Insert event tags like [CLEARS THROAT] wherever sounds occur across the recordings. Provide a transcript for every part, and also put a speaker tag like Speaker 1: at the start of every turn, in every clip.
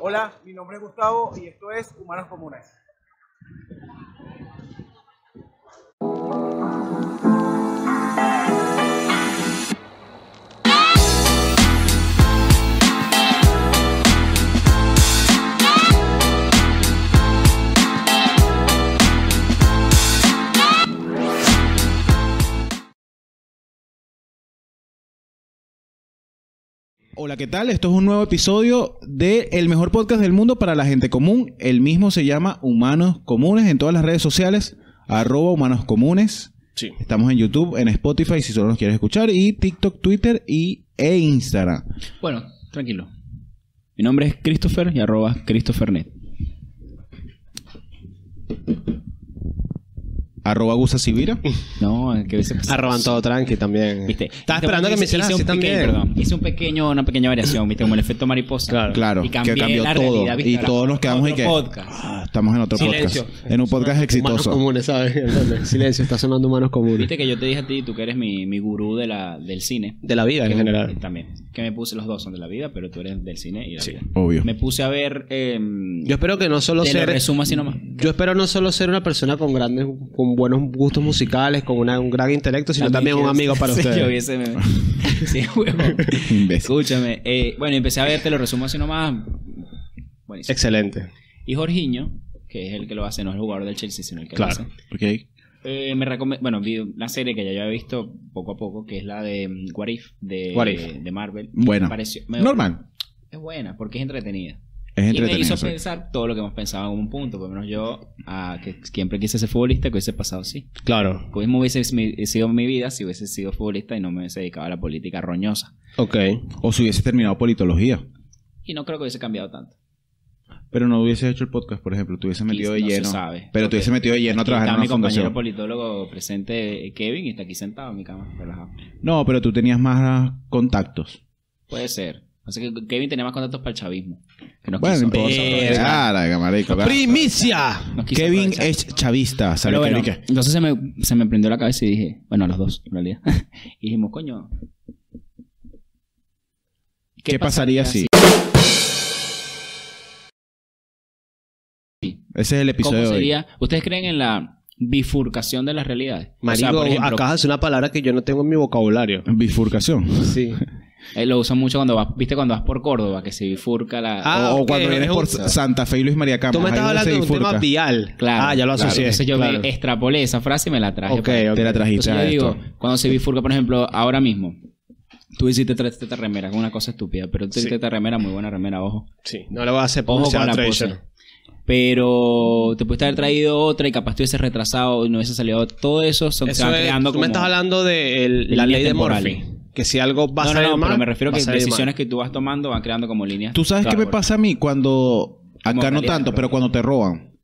Speaker 1: Hola, mi nombre es Gustavo y esto es Humanos Comunes.
Speaker 2: Hola, ¿qué tal? Esto es un nuevo episodio de El mejor podcast del mundo para la gente común. El mismo se llama Humanos Comunes en todas las redes sociales, arroba Humanos Comunes.
Speaker 3: Sí.
Speaker 2: Estamos en YouTube, en Spotify si solo nos quieres escuchar, y TikTok, Twitter y, e Instagram.
Speaker 4: Bueno, tranquilo. Mi nombre es Christopher y arroba ChristopherNet.
Speaker 2: Arroba Gusa Sibira.
Speaker 4: No, es que a veces...
Speaker 3: Arroban todo tranqui también.
Speaker 4: ¿Viste?
Speaker 3: Estaba esperando que me hicieras
Speaker 4: hice
Speaker 3: así
Speaker 4: un pequeño-
Speaker 3: también.
Speaker 4: perdón, hice un pequeño, una pequeña variación, ¿viste? Como el efecto mariposa.
Speaker 3: Claro.
Speaker 2: Claro,
Speaker 4: Y
Speaker 2: que
Speaker 4: cambié
Speaker 2: cambió
Speaker 4: la
Speaker 2: todo.
Speaker 4: realidad, ¿viste?
Speaker 2: y todos nos quedamos en
Speaker 4: Otro
Speaker 2: que...
Speaker 4: podcast.
Speaker 2: Ah, estamos en otro
Speaker 3: Silencio.
Speaker 2: podcast. En un podcast
Speaker 3: Humanos
Speaker 2: exitoso.
Speaker 3: comunes,
Speaker 2: [LAUGHS]
Speaker 3: ¿sabes? Silencio, está sonando humanos comunes.
Speaker 4: Viste que yo te dije a ti, tú que eres mi, mi gurú de la, del cine.
Speaker 3: De la vida en
Speaker 4: Que- eh,
Speaker 3: general.
Speaker 4: También. Que me puse, los dos son de la vida, pero tú eres del cine y de la vida.
Speaker 2: Obvio.
Speaker 4: Me puse a ver... Eh,
Speaker 3: Yo espero que no solo
Speaker 4: te lo
Speaker 3: ser.
Speaker 4: resumo así nomás.
Speaker 3: Yo espero no solo ser una persona con grandes, con buenos gustos musicales, con una- un gran intelecto, sino también un amigo
Speaker 4: [LAUGHS]
Speaker 3: para
Speaker 4: Sí, yo
Speaker 3: ustedes.
Speaker 4: hubiese... [LAUGHS] sí, huevo.
Speaker 2: Imbécil.
Speaker 4: Escúchame. eh, bueno, empecé a ver, te lo resumo así nomás. Buenísimo.
Speaker 3: Excelente.
Speaker 4: Y Jorginho, que es el que lo hace, no es el jugador del Chelsea, sino el que lo
Speaker 3: Claro.
Speaker 4: hace.
Speaker 2: Ok.
Speaker 4: Eh, me recome- bueno, vi una serie que ya yo había visto poco a poco, que es la de mm, What If, de,
Speaker 3: What If.
Speaker 4: de Marvel.
Speaker 2: Buena.
Speaker 4: Me pareció- me-
Speaker 2: Normal.
Speaker 4: Es buena, porque es entretenida.
Speaker 2: Es
Speaker 4: y me
Speaker 2: entretenido.
Speaker 4: hizo
Speaker 2: exacto.
Speaker 4: pensar todo lo que hemos pensado en un punto. Por lo menos yo, ah, que siempre quise ser futbolista, que hubiese pasado así.
Speaker 3: Claro.
Speaker 4: Como hubiese mi- sido mi vida si hubiese sido futbolista y no me hubiese dedicado a la política roñosa.
Speaker 3: Ok.
Speaker 2: O si hubiese terminado politología.
Speaker 4: Y no creo que hubiese cambiado tanto.
Speaker 2: Pero no hubiese hecho el podcast, por ejemplo. Te hubiese metido de
Speaker 4: no se
Speaker 2: lleno.
Speaker 4: sabe.
Speaker 2: Pero te
Speaker 4: Ok.
Speaker 2: hubiese metido de lleno a
Speaker 4: Aquí
Speaker 2: trabajar en
Speaker 4: está mi
Speaker 2: una
Speaker 4: compañero
Speaker 2: fundación.
Speaker 4: politólogo presente, eh, Kevin, y está aquí sentado en mi cama, relajado.
Speaker 2: No, pero tú tenías más contactos.
Speaker 4: Puede ser. O sea que Kevin tenía más contactos para el chavismo. Que nos
Speaker 2: Bueno, no
Speaker 4: quiso-
Speaker 2: importa. Ah,
Speaker 3: Eh,
Speaker 2: Claro, marico, claro.
Speaker 3: ¡Primicia!
Speaker 4: nos quiso
Speaker 2: Kevin
Speaker 4: aprovechar.
Speaker 2: es chavista. ¿sabes?
Speaker 4: Pero bueno,
Speaker 2: Kevin que-
Speaker 4: entonces se me, se me prendió la cabeza y dije, bueno, los dos, en realidad. [LAUGHS] y dijimos, coño.
Speaker 2: ¿Qué pasaría si? Ese es el
Speaker 4: ¿Cómo
Speaker 2: episodio de hoy.
Speaker 4: sería? ¿Ustedes creen en la bifurcación de las realidades? O sea,
Speaker 3: Marico,
Speaker 4: por ejemplo,
Speaker 3: acabas de una palabra que yo no tengo en mi vocabulario.
Speaker 2: Bifurcación.
Speaker 3: Sí.
Speaker 4: eh, lo usan mucho cuando vas, viste, cuando vas por Córdoba, que se bifurca la...
Speaker 3: Ah,
Speaker 2: o, o
Speaker 3: ok,
Speaker 2: cuando vienes
Speaker 3: es un-
Speaker 2: por Santa Fe y Luis María Campos.
Speaker 3: Tú me
Speaker 2: ahí
Speaker 3: estás
Speaker 2: donde
Speaker 3: hablando
Speaker 2: se
Speaker 3: de un tema
Speaker 2: bifurca.
Speaker 3: vial.
Speaker 4: Claro.
Speaker 3: Ah, ya lo
Speaker 4: claro.
Speaker 3: asocié.
Speaker 4: Entonces yo
Speaker 3: claro.
Speaker 4: me eh. extrapolé esa frase y me la traje.
Speaker 3: Ok,
Speaker 4: para-
Speaker 3: ok.
Speaker 2: Te la trajiste
Speaker 4: Entonces yo
Speaker 2: a esto.
Speaker 4: digo, cuando se bifurca, por ejemplo, ahora mismo, tú hiciste tres tetas remeras, una cosa estúpida, pero tú hiciste tetas remera, muy buena remera, ojo.
Speaker 3: Sí, no lo vas a hacer
Speaker 4: Ojo con
Speaker 3: publicidad
Speaker 4: la
Speaker 3: a
Speaker 4: pose.
Speaker 3: Treasure.
Speaker 4: Pero te pudiste haber traído otra y capaz te hubieses retrasado y no hubiese salido. Todo eso son, se
Speaker 3: Eso
Speaker 4: va
Speaker 3: es-
Speaker 4: creando
Speaker 3: tú
Speaker 4: como-
Speaker 3: me estás hablando de el-
Speaker 4: de
Speaker 3: la
Speaker 4: líneas
Speaker 3: ley de
Speaker 4: temporales.
Speaker 3: Murphy. Que si algo va a
Speaker 4: No, no,
Speaker 3: salir
Speaker 4: no,
Speaker 3: mal,
Speaker 4: pero me refiero a
Speaker 3: va
Speaker 4: que
Speaker 3: salir mal.
Speaker 4: decisiones que tú vas tomando van creando como líneas.
Speaker 2: Tú sabes qué me
Speaker 4: Claro.
Speaker 2: pasa a mí cuando. Acá no
Speaker 4: realidad,
Speaker 2: tanto,
Speaker 4: claro.
Speaker 2: pero cuando te roban.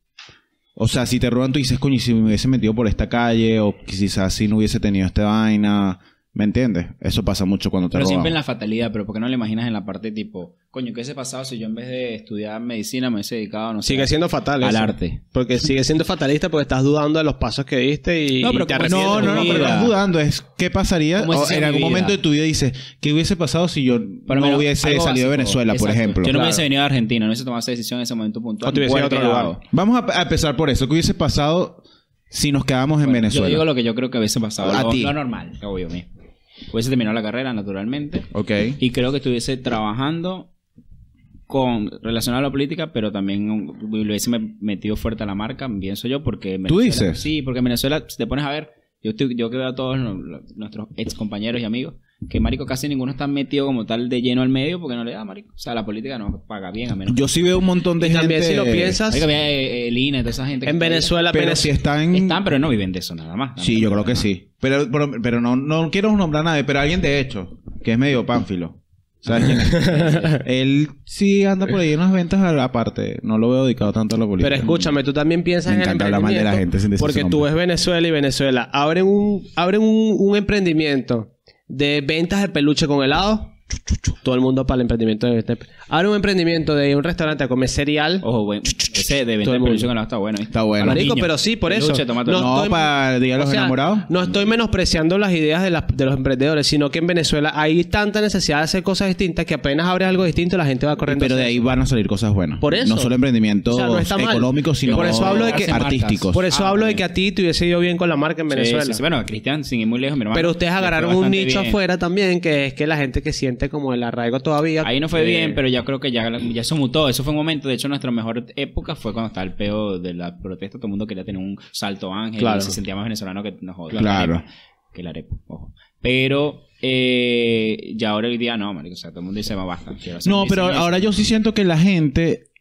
Speaker 2: O sea, si te roban, tú dices, coño, y si me hubiese metido por esta calle, o quizás si no hubiese tenido esta vaina. ¿Me entiendes? Eso pasa mucho cuando te
Speaker 4: Pero
Speaker 2: roban.
Speaker 4: siempre en la fatalidad, pero ¿por qué no le imaginas en la parte tipo, coño, ¿qué hubiese pasado si yo en vez de estudiar medicina me hubiese dedicado, no sé,
Speaker 3: Sigue siendo fatal.
Speaker 4: al
Speaker 3: eso.
Speaker 4: arte?
Speaker 3: Porque sigue siendo fatalista porque estás dudando de los pasos que diste y,
Speaker 4: No, pero
Speaker 3: y te
Speaker 4: como-
Speaker 3: arrepientes.
Speaker 2: No,
Speaker 4: de
Speaker 2: no,
Speaker 4: tu
Speaker 2: no,
Speaker 4: vida.
Speaker 2: pero estás dudando. Es qué pasaría
Speaker 4: ¿Cómo
Speaker 2: o
Speaker 4: hubiese
Speaker 2: en
Speaker 4: sido
Speaker 2: algún
Speaker 4: mi vida?
Speaker 2: momento de tu vida dices, ¿qué hubiese pasado si yo
Speaker 4: Por
Speaker 2: no
Speaker 4: lo menos,
Speaker 2: hubiese
Speaker 4: algo
Speaker 2: salido de
Speaker 4: básico.
Speaker 2: Venezuela, por
Speaker 4: Exacto.
Speaker 2: ejemplo?
Speaker 4: Yo no
Speaker 2: Claro.
Speaker 4: hubiese venido a Argentina, no hubiese tomado esa decisión en ese momento puntual.
Speaker 3: O te hubiese ido a otro
Speaker 4: Hubiera
Speaker 3: lugar.
Speaker 4: quedado.
Speaker 2: Vamos a, a empezar por eso. ¿Qué hubiese pasado si nos quedamos en
Speaker 4: Bueno,
Speaker 2: Venezuela?
Speaker 4: Yo digo lo que yo creo que hubiese pasado.
Speaker 2: A
Speaker 4: lo,
Speaker 2: ti.
Speaker 4: lo normal, obvio mío. Hubiese terminado la carrera, naturalmente.
Speaker 2: Ok.
Speaker 4: Y creo que estuviese trabajando con relacionado a la política, pero también un- le hubiese me- metido fuerte a la marca, pienso yo, porque... en
Speaker 2: ¿Tú
Speaker 4: Venezuela-
Speaker 2: dices?
Speaker 4: Sí, porque en Venezuela, si te pones a ver, yo, estoy- yo que veo a todos no- lo- nuestros ex compañeros y amigos, que marico casi ninguno está metido como tal de lleno al medio porque no le da marico. O sea, la política no paga bien, a menos...
Speaker 2: Yo sí veo un montón de
Speaker 3: Y también
Speaker 2: gente-
Speaker 3: si lo piensas,
Speaker 4: Marico, mira, eh, eh, el INE, toda esa gente... que
Speaker 3: en
Speaker 4: está ahí.
Speaker 3: Venezuela
Speaker 2: Pero
Speaker 3: apenas...
Speaker 2: si están...
Speaker 4: Están, pero no viven de eso nada más.
Speaker 2: Sí, yo creo que sí. Pero, pero, pero no, no quiero nombrar a nadie, pero alguien de hecho, que es medio pánfilo. ¿Sabes quién es? Él sí anda por ahí en unas ventas a- aparte. No lo veo dedicado tanto a la política.
Speaker 3: Pero escúchame, tú también piensas
Speaker 2: Me
Speaker 3: en el
Speaker 2: encanta hablar mal de la
Speaker 3: emprendimiento,
Speaker 2: gente sin decir
Speaker 3: Porque
Speaker 2: su
Speaker 3: tú
Speaker 2: nombre.
Speaker 3: ves Venezuela y Venezuela. Abren un, abren un, un emprendimiento de ventas de peluche con helado Todo el mundo para el emprendimiento. de este- Ahora un emprendimiento de un restaurante a comer cereal.
Speaker 4: Ojo, güey. Ese de
Speaker 3: Todo
Speaker 4: venta
Speaker 3: el
Speaker 4: de
Speaker 3: mundo.
Speaker 4: producción está bueno. ¿eh?
Speaker 2: Está bueno.
Speaker 4: Para los
Speaker 3: Marico,
Speaker 4: niños.
Speaker 3: pero sí, por
Speaker 4: El
Speaker 3: eso.
Speaker 4: dulce de tomate.
Speaker 2: No,
Speaker 3: estoy-
Speaker 2: para Día de los
Speaker 3: o sea,
Speaker 2: Enamorados.
Speaker 3: No estoy menospreciando las ideas de, las- de los emprendedores, sino que en Venezuela hay tanta necesidad de hacer cosas distintas que apenas abres algo distinto la gente va corriendo.
Speaker 2: Pero de
Speaker 3: hacia
Speaker 2: ahí van a salir cosas buenas.
Speaker 3: Por eso.
Speaker 2: No solo emprendimientos
Speaker 3: O sea, no está mal.
Speaker 2: económicos, sino
Speaker 3: Por eso hablo de que-
Speaker 2: artísticos.
Speaker 3: Por eso
Speaker 4: Ah,
Speaker 3: hablo de
Speaker 4: ok.
Speaker 3: que a ti te hubiese ido bien con la marca en
Speaker 4: Sí,
Speaker 3: Venezuela.
Speaker 4: sí, sí. Bueno, Cristian, sin ir muy lejos, mi hermano.
Speaker 3: Pero ustedes
Speaker 4: le fue
Speaker 3: agarraron un
Speaker 4: bastante
Speaker 3: nicho
Speaker 4: bien.
Speaker 3: afuera también, que es que la gente que siente como el arraigo todavía.
Speaker 4: Ahí no fue
Speaker 3: eh,
Speaker 4: bien, pero ya creo que ya, ya eso mutó. Eso fue un momento. De hecho, nuestra mejor época fue cuando estaba el peo de la protesta. Todo el mundo quería tener un salto ángel.
Speaker 3: Claro.
Speaker 4: Y se sentía más venezolano que nos jodan.
Speaker 2: Claro.
Speaker 4: la arepa, Que la arepa, ojo. Pero eh, ya ahora hoy día no, marico. O sea, todo el mundo dice, va, basta. quiero hacer
Speaker 2: No,
Speaker 4: un
Speaker 2: pero
Speaker 4: diseño".
Speaker 2: ahora yo sí siento que la gente,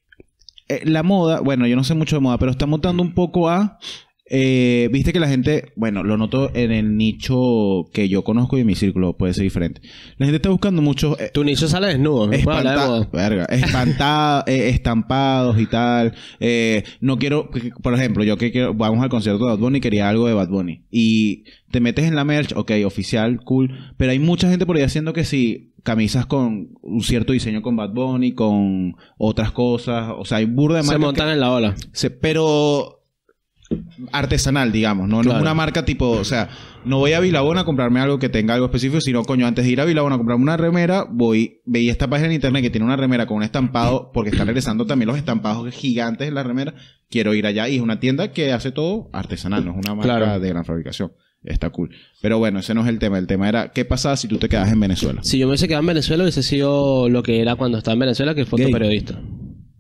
Speaker 2: eh, la moda, bueno, yo no sé mucho de moda, pero está mutando un poco a, eh, viste que la gente, bueno, lo noto en el nicho que yo conozco y en mi círculo puede ser diferente. La gente está buscando muchos eh,
Speaker 3: Tu nicho sale desnudo. no puedes hablar de
Speaker 2: espanta-
Speaker 3: moda.
Speaker 2: [LAUGHS] verga, espanta- eh, estampados y tal. Eh, no quiero, por ejemplo, yo que quiero, vamos al concierto de Bad Bunny, quería algo de Bad Bunny. Y te metes en la merch, ok, oficial, cool. Pero hay mucha gente por ahí haciendo que si camisas con un cierto diseño con Bad Bunny, con otras cosas. O sea, hay burda de
Speaker 3: Se
Speaker 2: marcas que-
Speaker 3: montan en la ola.
Speaker 2: se- pero artesanal, digamos, ¿no? No
Speaker 3: Claro.
Speaker 2: es una marca tipo, o sea, no voy a Vilabona a comprarme algo que tenga algo específico, sino, coño, antes de ir a Vilabona a comprarme una remera, voy, veía esta página en internet que tiene una remera con un estampado, porque están regresando también los estampados gigantes de la remera, quiero ir allá y es una tienda que hace todo artesanal, no es una marca
Speaker 3: Claro.
Speaker 2: de gran fabricación. Está cool. Pero bueno, ese no es el tema. El tema era, ¿qué pasaba si tú te quedas en
Speaker 3: [LAUGHS]
Speaker 2: Venezuela?
Speaker 3: Si yo me hubiese quedado en Venezuela, hubiese sido lo que era cuando estaba en Venezuela, que fotoperiodista.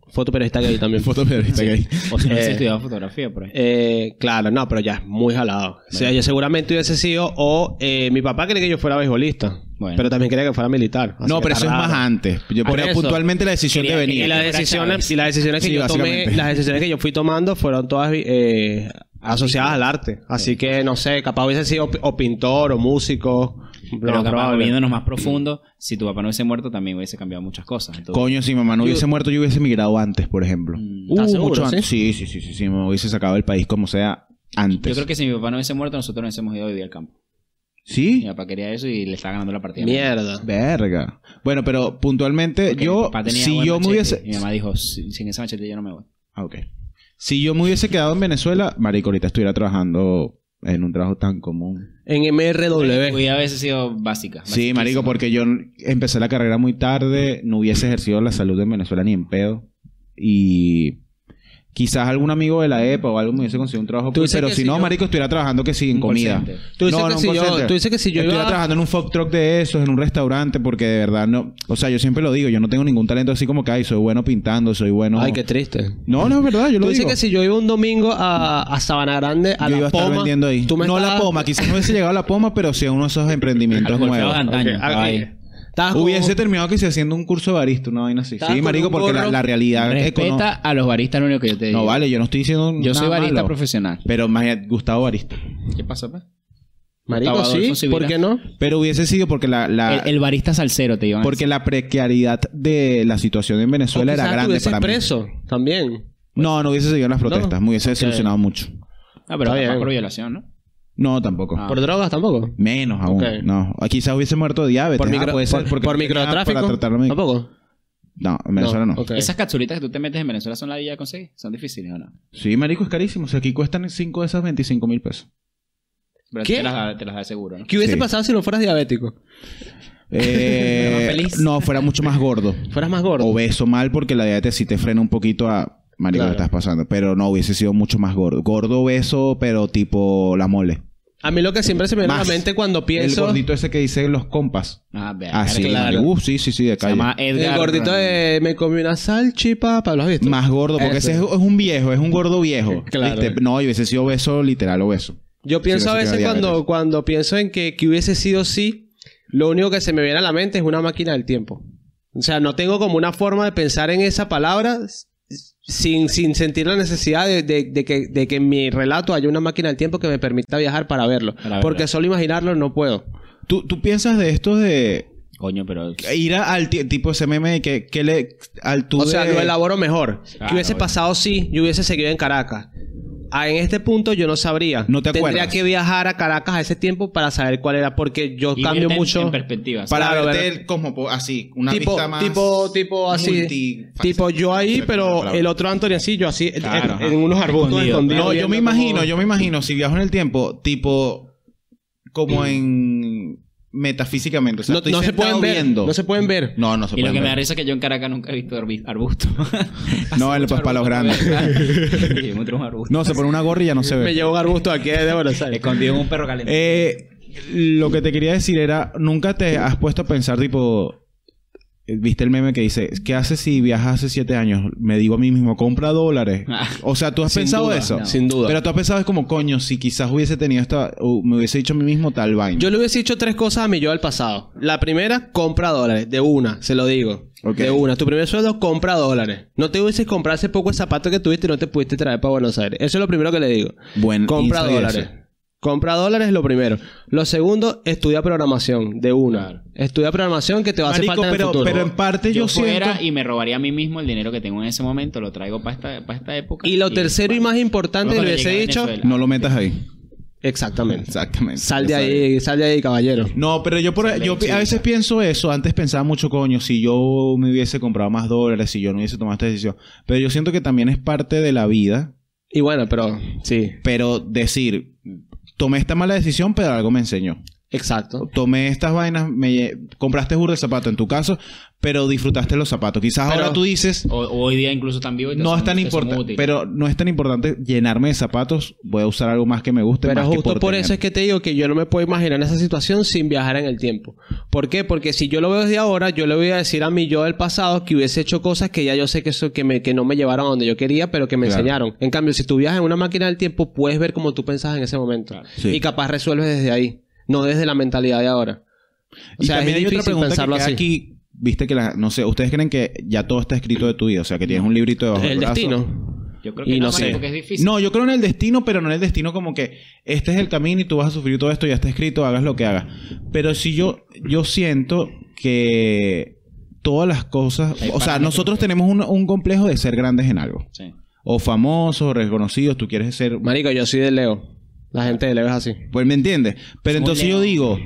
Speaker 3: Fotoperiodista
Speaker 4: [LAUGHS]
Speaker 3: gay también.
Speaker 2: Fotoperiodista gay.
Speaker 4: O si no hubiese
Speaker 3: Eh,
Speaker 4: estudiado fotografía por ahí.
Speaker 3: Eh, claro, no, pero ya es muy jalado. O sea, yo seguramente hubiese sido, o eh, mi papá quería que yo fuera beisbolista,
Speaker 4: Bueno.
Speaker 3: pero también quería que fuera militar. Así
Speaker 2: No,
Speaker 3: que
Speaker 2: pero
Speaker 3: está
Speaker 2: eso es
Speaker 3: raro.
Speaker 2: más antes. Yo
Speaker 3: Por
Speaker 2: ponía
Speaker 3: eso.
Speaker 2: puntualmente la decisión
Speaker 4: Quería-
Speaker 2: de venir.
Speaker 3: Y las
Speaker 4: fuera
Speaker 3: decisiones,
Speaker 4: Chávez.
Speaker 3: y las decisiones que
Speaker 2: Sí,
Speaker 3: yo tomé,
Speaker 2: básicamente.
Speaker 3: las decisiones que yo fui tomando fueron todas eh, asociadas al arte. Así que no sé, capaz hubiese sido pi- o pintor o músico. lo
Speaker 4: Pero
Speaker 3: más
Speaker 4: capaz,
Speaker 3: probable.
Speaker 4: viéndonos más profundo, si tu papá no hubiese muerto, también hubiese cambiado muchas cosas. Entonces,
Speaker 2: Coño, si mi mamá no hubiese muerto, yo hubiese migrado antes, por ejemplo. Uh,
Speaker 4: Mm,
Speaker 3: ¿estás seguro,
Speaker 2: mucho
Speaker 3: sí?
Speaker 2: antes. Sí, sí, sí, sí, sí, me hubiese sacado del país como sea antes.
Speaker 4: Yo creo que si mi papá no hubiese muerto, nosotros nos hubiésemos ido a vivir al campo. Mi
Speaker 2: ¿Sí?
Speaker 4: papá quería eso y le estaba ganando la partida.
Speaker 3: Mierda.
Speaker 2: Verga. Bueno, pero puntualmente,
Speaker 4: Porque mi
Speaker 2: yo,
Speaker 4: papá tenía
Speaker 2: si
Speaker 4: buen
Speaker 2: yo me
Speaker 4: machete,
Speaker 2: hubiese...
Speaker 4: y Mi mamá dijo, "Si- sin ese machete yo no me voy.
Speaker 2: Ah, ok. Si yo me hubiese quedado en Venezuela, marico, ahorita estuviera trabajando en un trabajo tan común.
Speaker 3: En MRW.
Speaker 4: Hubiera a veces sido básica.
Speaker 2: Sí, marico,
Speaker 4: basiquísima.
Speaker 2: porque yo empecé la carrera muy tarde, no hubiese ejercido la salud en Venezuela ni en pedo. Y quizás algún amigo de la EPA o algo me hubiese conseguido un trabajo,
Speaker 3: Tú
Speaker 2: cool,
Speaker 3: dices
Speaker 2: pero
Speaker 3: que
Speaker 2: si
Speaker 3: si
Speaker 2: no,
Speaker 3: yo-
Speaker 2: marico, estuviera trabajando que sí en
Speaker 4: Un call
Speaker 2: comida.
Speaker 4: center.
Speaker 3: Tú dices que
Speaker 2: un
Speaker 3: si
Speaker 2: call
Speaker 3: yo-
Speaker 2: center.
Speaker 3: tú dices que si yo
Speaker 2: Estuviera
Speaker 3: iba-
Speaker 2: trabajando en un food truck de esos, en un restaurante, porque de verdad no... O sea, yo siempre lo digo, yo no tengo ningún talento así como que, ay, soy bueno pintando, soy bueno...
Speaker 3: Ay, qué triste.
Speaker 2: No, no, es verdad, yo
Speaker 3: Tú
Speaker 2: lo
Speaker 3: dices
Speaker 2: digo.
Speaker 3: que si yo iba un domingo a, a Sabana Grande, a
Speaker 2: yo
Speaker 3: la
Speaker 2: iba a estar
Speaker 3: Poma,
Speaker 2: vendiendo ahí.
Speaker 3: tú me
Speaker 2: no la
Speaker 3: estabas-
Speaker 2: poma, quizás no hubiese llegado a la poma, pero sí a uno de
Speaker 3: [LAUGHS]
Speaker 2: esos
Speaker 4: A
Speaker 2: emprendimientos
Speaker 4: los golpeados
Speaker 2: nuevos.
Speaker 4: de antaño.
Speaker 3: Ok,
Speaker 4: estaba ahí.
Speaker 3: Estabas como-
Speaker 2: Hubiese terminado que se haciendo un curso de barista, una vaina así.
Speaker 3: Estaba
Speaker 2: Sí,
Speaker 3: Ah, con
Speaker 2: marico,
Speaker 3: un
Speaker 2: porque la,
Speaker 3: gorro.
Speaker 2: la realidad
Speaker 4: Respeta
Speaker 2: económica.
Speaker 4: a los baristas, lo único que yo te digo.
Speaker 2: No vale, yo no estoy diciendo.
Speaker 4: Yo soy
Speaker 2: nada
Speaker 4: barista
Speaker 2: malo.
Speaker 4: profesional.
Speaker 2: Pero imagínate, Gustavo Barista.
Speaker 4: ¿Qué pasó, pues?
Speaker 3: Marico,
Speaker 4: Gustavo Adolfo
Speaker 3: sí,
Speaker 4: Sibila.
Speaker 3: ¿por qué no?
Speaker 2: Pero hubiese sido porque la, la-
Speaker 4: El, el barista salsero te iban a
Speaker 2: Ah. porque la precariedad de la situación en Venezuela
Speaker 3: O
Speaker 2: era
Speaker 3: quizás
Speaker 2: grande
Speaker 3: hubieses
Speaker 2: para mí.
Speaker 3: preso pues. también.
Speaker 2: No, no hubiese seguido en las protestas, me hubiese solucionado mucho.
Speaker 4: decir. Ah, pero
Speaker 3: Está
Speaker 4: capaz
Speaker 3: bien.
Speaker 4: por violación, ¿no?
Speaker 2: No, tampoco.
Speaker 4: Ah.
Speaker 3: ¿Por drogas tampoco?
Speaker 2: Menos aún.
Speaker 3: Ok.
Speaker 2: No, O quizás hubiese muerto de diabetes.
Speaker 3: ¿Por,
Speaker 2: Ah,
Speaker 3: micro-
Speaker 2: puede ser,
Speaker 3: por-
Speaker 2: porque
Speaker 3: por
Speaker 2: no tenía nada
Speaker 3: microtráfico?
Speaker 2: Para tratarlo de-
Speaker 3: ¿Tampoco?
Speaker 2: No, en Venezuela no.
Speaker 3: ok.
Speaker 4: Esas capsulitas que tú te metes en Venezuela son la villa de conseguir. Son difíciles, ¿o no?
Speaker 2: Sí, marico, es carísimo. O sea, aquí cuestan 5 de esas 25 mil pesos.
Speaker 4: Pero
Speaker 3: ¿Qué?
Speaker 4: Te, las da, te las da de seguro, ¿no?
Speaker 3: ¿Qué hubiese
Speaker 2: Sí.
Speaker 3: pasado si no fueras diabético?
Speaker 2: Eh,
Speaker 4: Pero más feliz.
Speaker 2: no, fuera mucho más gordo.
Speaker 3: ¿Fueras más gordo?
Speaker 2: Obeso mal porque la diabetes sí te frena un poquito a... Marico,
Speaker 3: Claro.
Speaker 2: lo estás pasando. Pero no, hubiese sido mucho más gordo. Gordo, obeso, pero tipo la mole.
Speaker 3: A mí lo que siempre se me viene a la
Speaker 2: Más.
Speaker 3: mente cuando pienso...
Speaker 2: El gordito ese que dice los compas.
Speaker 4: Ah, vea.
Speaker 2: Ah, sí.
Speaker 3: claro.
Speaker 2: marico. Uh, sí, sí, sí, de
Speaker 4: Se
Speaker 2: calle.
Speaker 4: llama Edgar.
Speaker 3: el gordito de... Me comí una salchipapa, ¿lo has visto?
Speaker 2: Más gordo, porque
Speaker 3: Eso.
Speaker 2: ese es, es un viejo, es un gordo viejo.
Speaker 3: [LAUGHS] Claro.
Speaker 2: ¿viste? No, yo hubiese sido obeso, literal obeso.
Speaker 3: Yo pienso
Speaker 2: Sí,
Speaker 3: a
Speaker 2: hubiese
Speaker 3: veces
Speaker 2: tenido
Speaker 3: cuando,
Speaker 2: diabetes.
Speaker 3: cuando pienso en que, que hubiese sido sí, lo único que se me viene a la mente es una máquina del tiempo. O sea, no tengo como una forma de pensar en esa palabra s- sin, sin sentir la necesidad de, de- de que, de que en mi relato haya una máquina del tiempo que me permita viajar para verlo.
Speaker 4: Para verlo.
Speaker 3: Porque solo imaginarlo no puedo.
Speaker 2: ¿Tú, tú piensas de esto de...
Speaker 4: Coño, pero.
Speaker 2: Ir a- al ti- tipo ese meme de que, que le... Al tú
Speaker 3: O sea,
Speaker 2: de-
Speaker 3: lo elaboro mejor.
Speaker 4: Claro,
Speaker 3: que hubiese
Speaker 4: obvio.
Speaker 3: pasado sí, yo hubiese seguido en Caracas. ah, en este punto yo no sabría.
Speaker 2: No te
Speaker 3: Tendría
Speaker 2: acuerdas.
Speaker 3: que viajar a Caracas a ese tiempo para saber cuál era, porque yo
Speaker 4: Y
Speaker 3: cambio
Speaker 4: verte en-
Speaker 3: mucho.
Speaker 4: En perspectiva. o sea,
Speaker 2: Para
Speaker 3: Claro,
Speaker 2: verte
Speaker 3: ¿verdad?
Speaker 2: el cosmopo- así, una
Speaker 3: tipo,
Speaker 2: vista más...
Speaker 3: tipo, tipo así.
Speaker 2: multifacética.
Speaker 3: Tipo yo ahí, pero el otro Anthony así, yo así, en-
Speaker 4: Claro,
Speaker 3: en,
Speaker 4: ajá.
Speaker 3: en unos arbustos
Speaker 4: Escondido.
Speaker 3: escondidos.
Speaker 2: No, yo me
Speaker 3: viendo
Speaker 2: imagino,
Speaker 3: cómo-
Speaker 2: yo me imagino, si viajo en el tiempo, tipo, como en metafísicamente. o sea,
Speaker 3: No,
Speaker 2: estoy
Speaker 3: no se
Speaker 2: sentado
Speaker 3: pueden ver.
Speaker 2: viendo.
Speaker 3: No se pueden ver.
Speaker 2: No, no se
Speaker 4: Y lo
Speaker 2: pueden
Speaker 4: que me da
Speaker 2: ver.
Speaker 4: risa es que yo en Caracas nunca he visto arbi- arbusto. [LAUGHS]
Speaker 2: No, el- para los grandes. [LAUGHS]
Speaker 4: Yo me un arbusto.
Speaker 2: No, se pone una gorra y ya no se
Speaker 3: Me
Speaker 2: ve.
Speaker 3: llevo un arbusto aquí de Buenos Aires.
Speaker 4: Escondido en un perro caliente.
Speaker 2: Eh, lo que te quería decir era, nunca te has puesto a pensar, tipo, viste el meme que dice, ¿qué haces si viajas hace siete años? Me digo a mí mismo, compra dólares.
Speaker 4: Ah.
Speaker 2: O sea, tú has
Speaker 3: Sin
Speaker 2: pensado
Speaker 3: duda,
Speaker 2: eso.
Speaker 4: no.
Speaker 3: Sin duda.
Speaker 2: Pero tú has pensado, es como, coño, si quizás hubiese tenido esta, o me hubiese dicho a mí mismo tal vaina.
Speaker 3: Yo le hubiese dicho tres cosas a mi yo del pasado. La primera, compra dólares. De una, se lo digo.
Speaker 2: Ok.
Speaker 3: De una. Tu primer sueldo, compra dólares. No te hubieses comprado ese poco de zapato que tuviste y no te pudiste traer para Buenos Aires. Eso es lo primero que le digo.
Speaker 2: Buen
Speaker 3: Compra
Speaker 2: insight
Speaker 3: dólares.
Speaker 2: ese.
Speaker 3: Compra dólares es lo primero. Lo segundo, estudia programación. De una. Estudia programación que te va a hacer
Speaker 2: Marico,
Speaker 3: falta en el
Speaker 2: pero,
Speaker 3: futuro.
Speaker 2: pero en parte yo,
Speaker 4: yo fuera
Speaker 2: siento...
Speaker 4: y me robaría a mí mismo el dinero que tengo en ese momento, lo traigo para esta, para esta época.
Speaker 3: Y lo tercero y
Speaker 4: bueno,
Speaker 3: más importante,
Speaker 4: luego
Speaker 3: le
Speaker 4: de
Speaker 3: hubiese
Speaker 4: llegar a
Speaker 3: dicho...
Speaker 4: Venezuela.
Speaker 2: No lo metas ahí.
Speaker 3: Exactamente.
Speaker 2: Exactamente.
Speaker 3: Sal de
Speaker 2: Ya sabes.
Speaker 3: ahí, sal de ahí, caballero.
Speaker 2: No, pero yo por, yo pi- a veces pienso eso. Antes pensaba mucho, coño, si yo me hubiese comprado más dólares, si yo no hubiese tomado esta decisión. Pero yo siento que también es parte de la vida.
Speaker 3: Y bueno, pero sí.
Speaker 2: Pero decir, tomé esta mala decisión, pero algo me enseñó.
Speaker 3: Exacto.
Speaker 2: Tomé estas vainas, me lle- compraste burro de zapato en tu caso, pero disfrutaste los zapatos. Quizás
Speaker 3: Pero-
Speaker 2: ahora tú dices,
Speaker 4: O, o hoy día incluso están vivos y te
Speaker 2: no
Speaker 4: son-
Speaker 2: es tan
Speaker 4: te son
Speaker 2: importante,
Speaker 4: útiles.
Speaker 2: pero no es tan importante llenarme de zapatos. Voy a usar algo más que me guste.
Speaker 3: Pero
Speaker 2: más que
Speaker 3: justo por,
Speaker 2: tener.
Speaker 3: eso es que te digo que yo no me puedo imaginar esa situación sin viajar en el tiempo. ¿Por qué? Porque si yo lo veo desde ahora, yo le voy a decir a mi yo del pasado que hubiese hecho cosas que ya yo sé que eso que, me, que no me llevaron a donde yo quería, pero que me
Speaker 2: Claro.
Speaker 3: enseñaron. En cambio, si tú viajas en una máquina del tiempo, puedes ver cómo tú pensabas en ese momento.
Speaker 2: Sí.
Speaker 3: Y capaz resuelves desde ahí, no desde la mentalidad de ahora. O
Speaker 2: y
Speaker 3: sea,
Speaker 2: también
Speaker 3: es
Speaker 2: hay otra
Speaker 3: difícil
Speaker 2: pregunta
Speaker 3: pensarlo
Speaker 2: que queda
Speaker 3: así.
Speaker 2: aquí. Viste que la, no sé, ustedes creen que ya todo está escrito de tu vida, o sea, que tienes un librito debajo del
Speaker 3: El
Speaker 2: brazo?
Speaker 3: destino.
Speaker 4: Yo creo que
Speaker 3: y
Speaker 4: no,
Speaker 3: no
Speaker 4: marico,
Speaker 3: sé.
Speaker 4: porque es difícil.
Speaker 2: No, yo creo en el destino, pero no en el destino como que este es el camino y tú vas a sufrir todo esto, ya está escrito, hagas lo que hagas. Pero si yo, yo siento que todas las cosas,
Speaker 4: Hay
Speaker 2: o sea,
Speaker 4: parámetros,
Speaker 2: nosotros
Speaker 4: pues.
Speaker 2: tenemos un, un complejo de ser grandes en algo.
Speaker 4: Sí.
Speaker 2: O famosos, o reconocidos, tú quieres ser
Speaker 3: Marico, yo soy de Leo. La gente de Leo es así.
Speaker 2: Pues me entiendes. Pero
Speaker 4: Somos
Speaker 2: entonces yo
Speaker 4: leones.
Speaker 2: digo,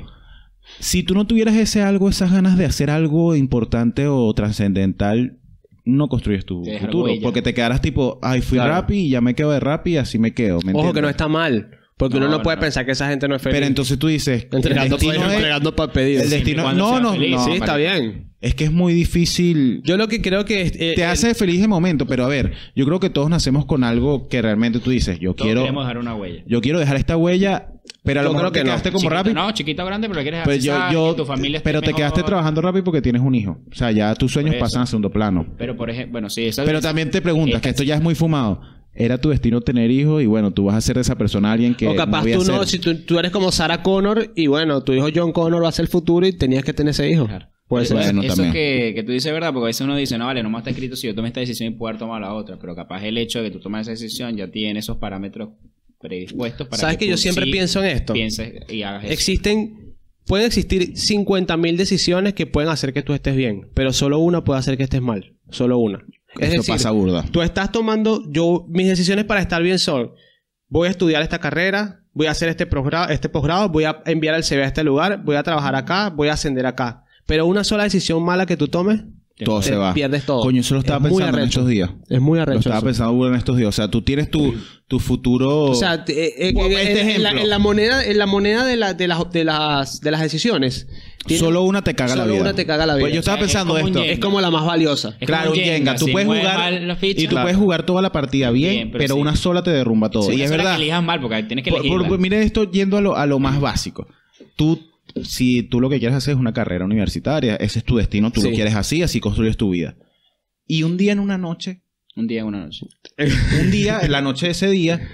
Speaker 2: si tú no tuvieras ese algo, esas ganas de hacer algo importante o trascendental, no construyes tu
Speaker 4: Te deja
Speaker 2: futuro.
Speaker 4: huella.
Speaker 2: Porque te quedarás tipo, ay, fui
Speaker 3: Claro.
Speaker 2: rapi y ya me quedo de rapi y así me quedo. ¿me
Speaker 3: Ojo que
Speaker 2: entiendes?
Speaker 3: no está mal. Porque
Speaker 4: No,
Speaker 3: uno no
Speaker 4: no,
Speaker 3: puede
Speaker 4: no.
Speaker 3: pensar que esa gente no es feliz.
Speaker 2: Pero entonces tú dices, el
Speaker 3: Entregando
Speaker 2: destino
Speaker 3: pedidos,
Speaker 2: es-
Speaker 3: entregando pa- pedidos.
Speaker 2: el
Speaker 4: Siempre y
Speaker 2: destino...
Speaker 4: cuando
Speaker 2: No,
Speaker 4: sea
Speaker 2: no,
Speaker 4: feliz.
Speaker 2: no,
Speaker 3: sí, está
Speaker 2: marico.
Speaker 3: bien.
Speaker 2: Es que es muy difícil.
Speaker 3: Yo lo que creo que es... eh,
Speaker 2: Te
Speaker 3: el-
Speaker 2: hace feliz el momento, pero a ver, yo creo que todos nacemos con algo que realmente tú dices, yo
Speaker 4: Todos
Speaker 2: quiero...
Speaker 4: queremos dejar una huella.
Speaker 2: Yo quiero dejar esta huella, pero a lo
Speaker 3: Yo
Speaker 2: mejor
Speaker 3: creo que
Speaker 2: te
Speaker 3: no.
Speaker 2: quedaste como
Speaker 4: Chiquito,
Speaker 2: rapi.
Speaker 4: No, chiquito o grande, pero quieres
Speaker 2: Pero
Speaker 4: hacer
Speaker 2: Pues yo,
Speaker 4: esa-
Speaker 2: yo-
Speaker 4: que tu familia esté
Speaker 2: pero te
Speaker 4: mejor.
Speaker 2: quedaste trabajando rápido porque tienes un hijo. O sea, ya tus sueños
Speaker 4: Por eso.
Speaker 2: pasan a segundo plano.
Speaker 4: Pero por ejemplo, bueno, sí, eso
Speaker 2: Pero también te preguntas,
Speaker 4: Es-
Speaker 2: que esto ya es muy fumado. ¿Era tu destino tener hijos? Y bueno, tú vas a ser de esa persona alguien que
Speaker 3: o capaz
Speaker 2: voy a
Speaker 3: tú no,
Speaker 2: ser.
Speaker 3: si tú, tú eres como Sarah Connor y bueno, tu hijo John Connor va a ser el futuro y tenías que tener ese hijo.
Speaker 4: Claro.
Speaker 3: Puede ser.
Speaker 4: Eso-
Speaker 2: Bueno,
Speaker 4: Eh, eso
Speaker 2: también.
Speaker 4: que, que tú dices es verdad, porque a veces uno dice, no, vale, no más está escrito si yo tomé esta decisión y puedo haber tomado la otra, pero capaz el hecho de que tú tomas esa decisión ya tiene esos parámetros predispuestos para
Speaker 3: ¿Sabes que yo
Speaker 4: tú
Speaker 3: siempre
Speaker 4: sí
Speaker 3: pienso en esto?
Speaker 4: pienses y hagas eso.
Speaker 3: Existen, pueden existir 50.000 decisiones que pueden hacer que tú estés bien, pero solo una puede hacer que estés mal. Solo una. Es
Speaker 2: Esto
Speaker 3: decir,
Speaker 2: pasa burda.
Speaker 3: Tú estás tomando, yo, mis decisiones para estar bien son, voy a estudiar esta carrera, voy a hacer este posgrado, este posgrado, voy a enviar el CV a este lugar, voy a trabajar acá, voy a ascender acá. Pero una sola decisión mala que tú tomes,
Speaker 2: Todo
Speaker 3: te
Speaker 2: se va.
Speaker 3: pierdes todo.
Speaker 2: Coño, eso lo estaba
Speaker 3: Es muy
Speaker 2: pensando en
Speaker 3: arrecho.
Speaker 2: estos días.
Speaker 3: es muy
Speaker 2: Lo
Speaker 3: arrecho.
Speaker 2: estaba
Speaker 3: eso.
Speaker 2: pensando burda en estos días. O sea, tú tienes tu, tu futuro...
Speaker 3: O sea, te- eh, eh,
Speaker 2: Bueno,
Speaker 3: eh,
Speaker 2: este
Speaker 3: en- en, la,
Speaker 2: ejemplo.
Speaker 3: en la moneda, en la moneda de, la- de las, de, las, de las decisiones, tiene-
Speaker 2: solo una te caga la
Speaker 3: solo
Speaker 2: vida.
Speaker 3: una te caga la vida.
Speaker 2: Pues yo estaba
Speaker 4: O sea, es
Speaker 2: pensando
Speaker 4: como un
Speaker 2: esto.
Speaker 4: yen.
Speaker 3: es como la más valiosa.
Speaker 4: Es
Speaker 2: Claro,
Speaker 4: como
Speaker 2: un
Speaker 4: Jenga,
Speaker 2: Jenga. Tú
Speaker 4: si
Speaker 2: puedes
Speaker 4: mueves
Speaker 2: jugar
Speaker 4: mal la
Speaker 2: y
Speaker 4: ficha,
Speaker 2: tú
Speaker 4: claro.
Speaker 2: puedes jugar toda la partida bien,
Speaker 4: Bien,
Speaker 2: pero,
Speaker 4: pero sí.
Speaker 2: una sola te derrumba todo.
Speaker 4: Sí,
Speaker 2: y es
Speaker 4: eso era
Speaker 2: verdad.
Speaker 4: que elijas mal porque tienes que
Speaker 2: Por-
Speaker 4: elegirla.
Speaker 2: por- mira esto yendo a lo, a lo más básico. Tú, si tú lo que quieres hacer es una carrera universitaria, ese es tu destino, tú lo
Speaker 3: Sí.
Speaker 2: quieres así, así construyes tu vida. Y un día en una
Speaker 3: [LAUGHS]
Speaker 2: noche,
Speaker 4: Un día en una noche.
Speaker 2: un día, en la noche de ese día,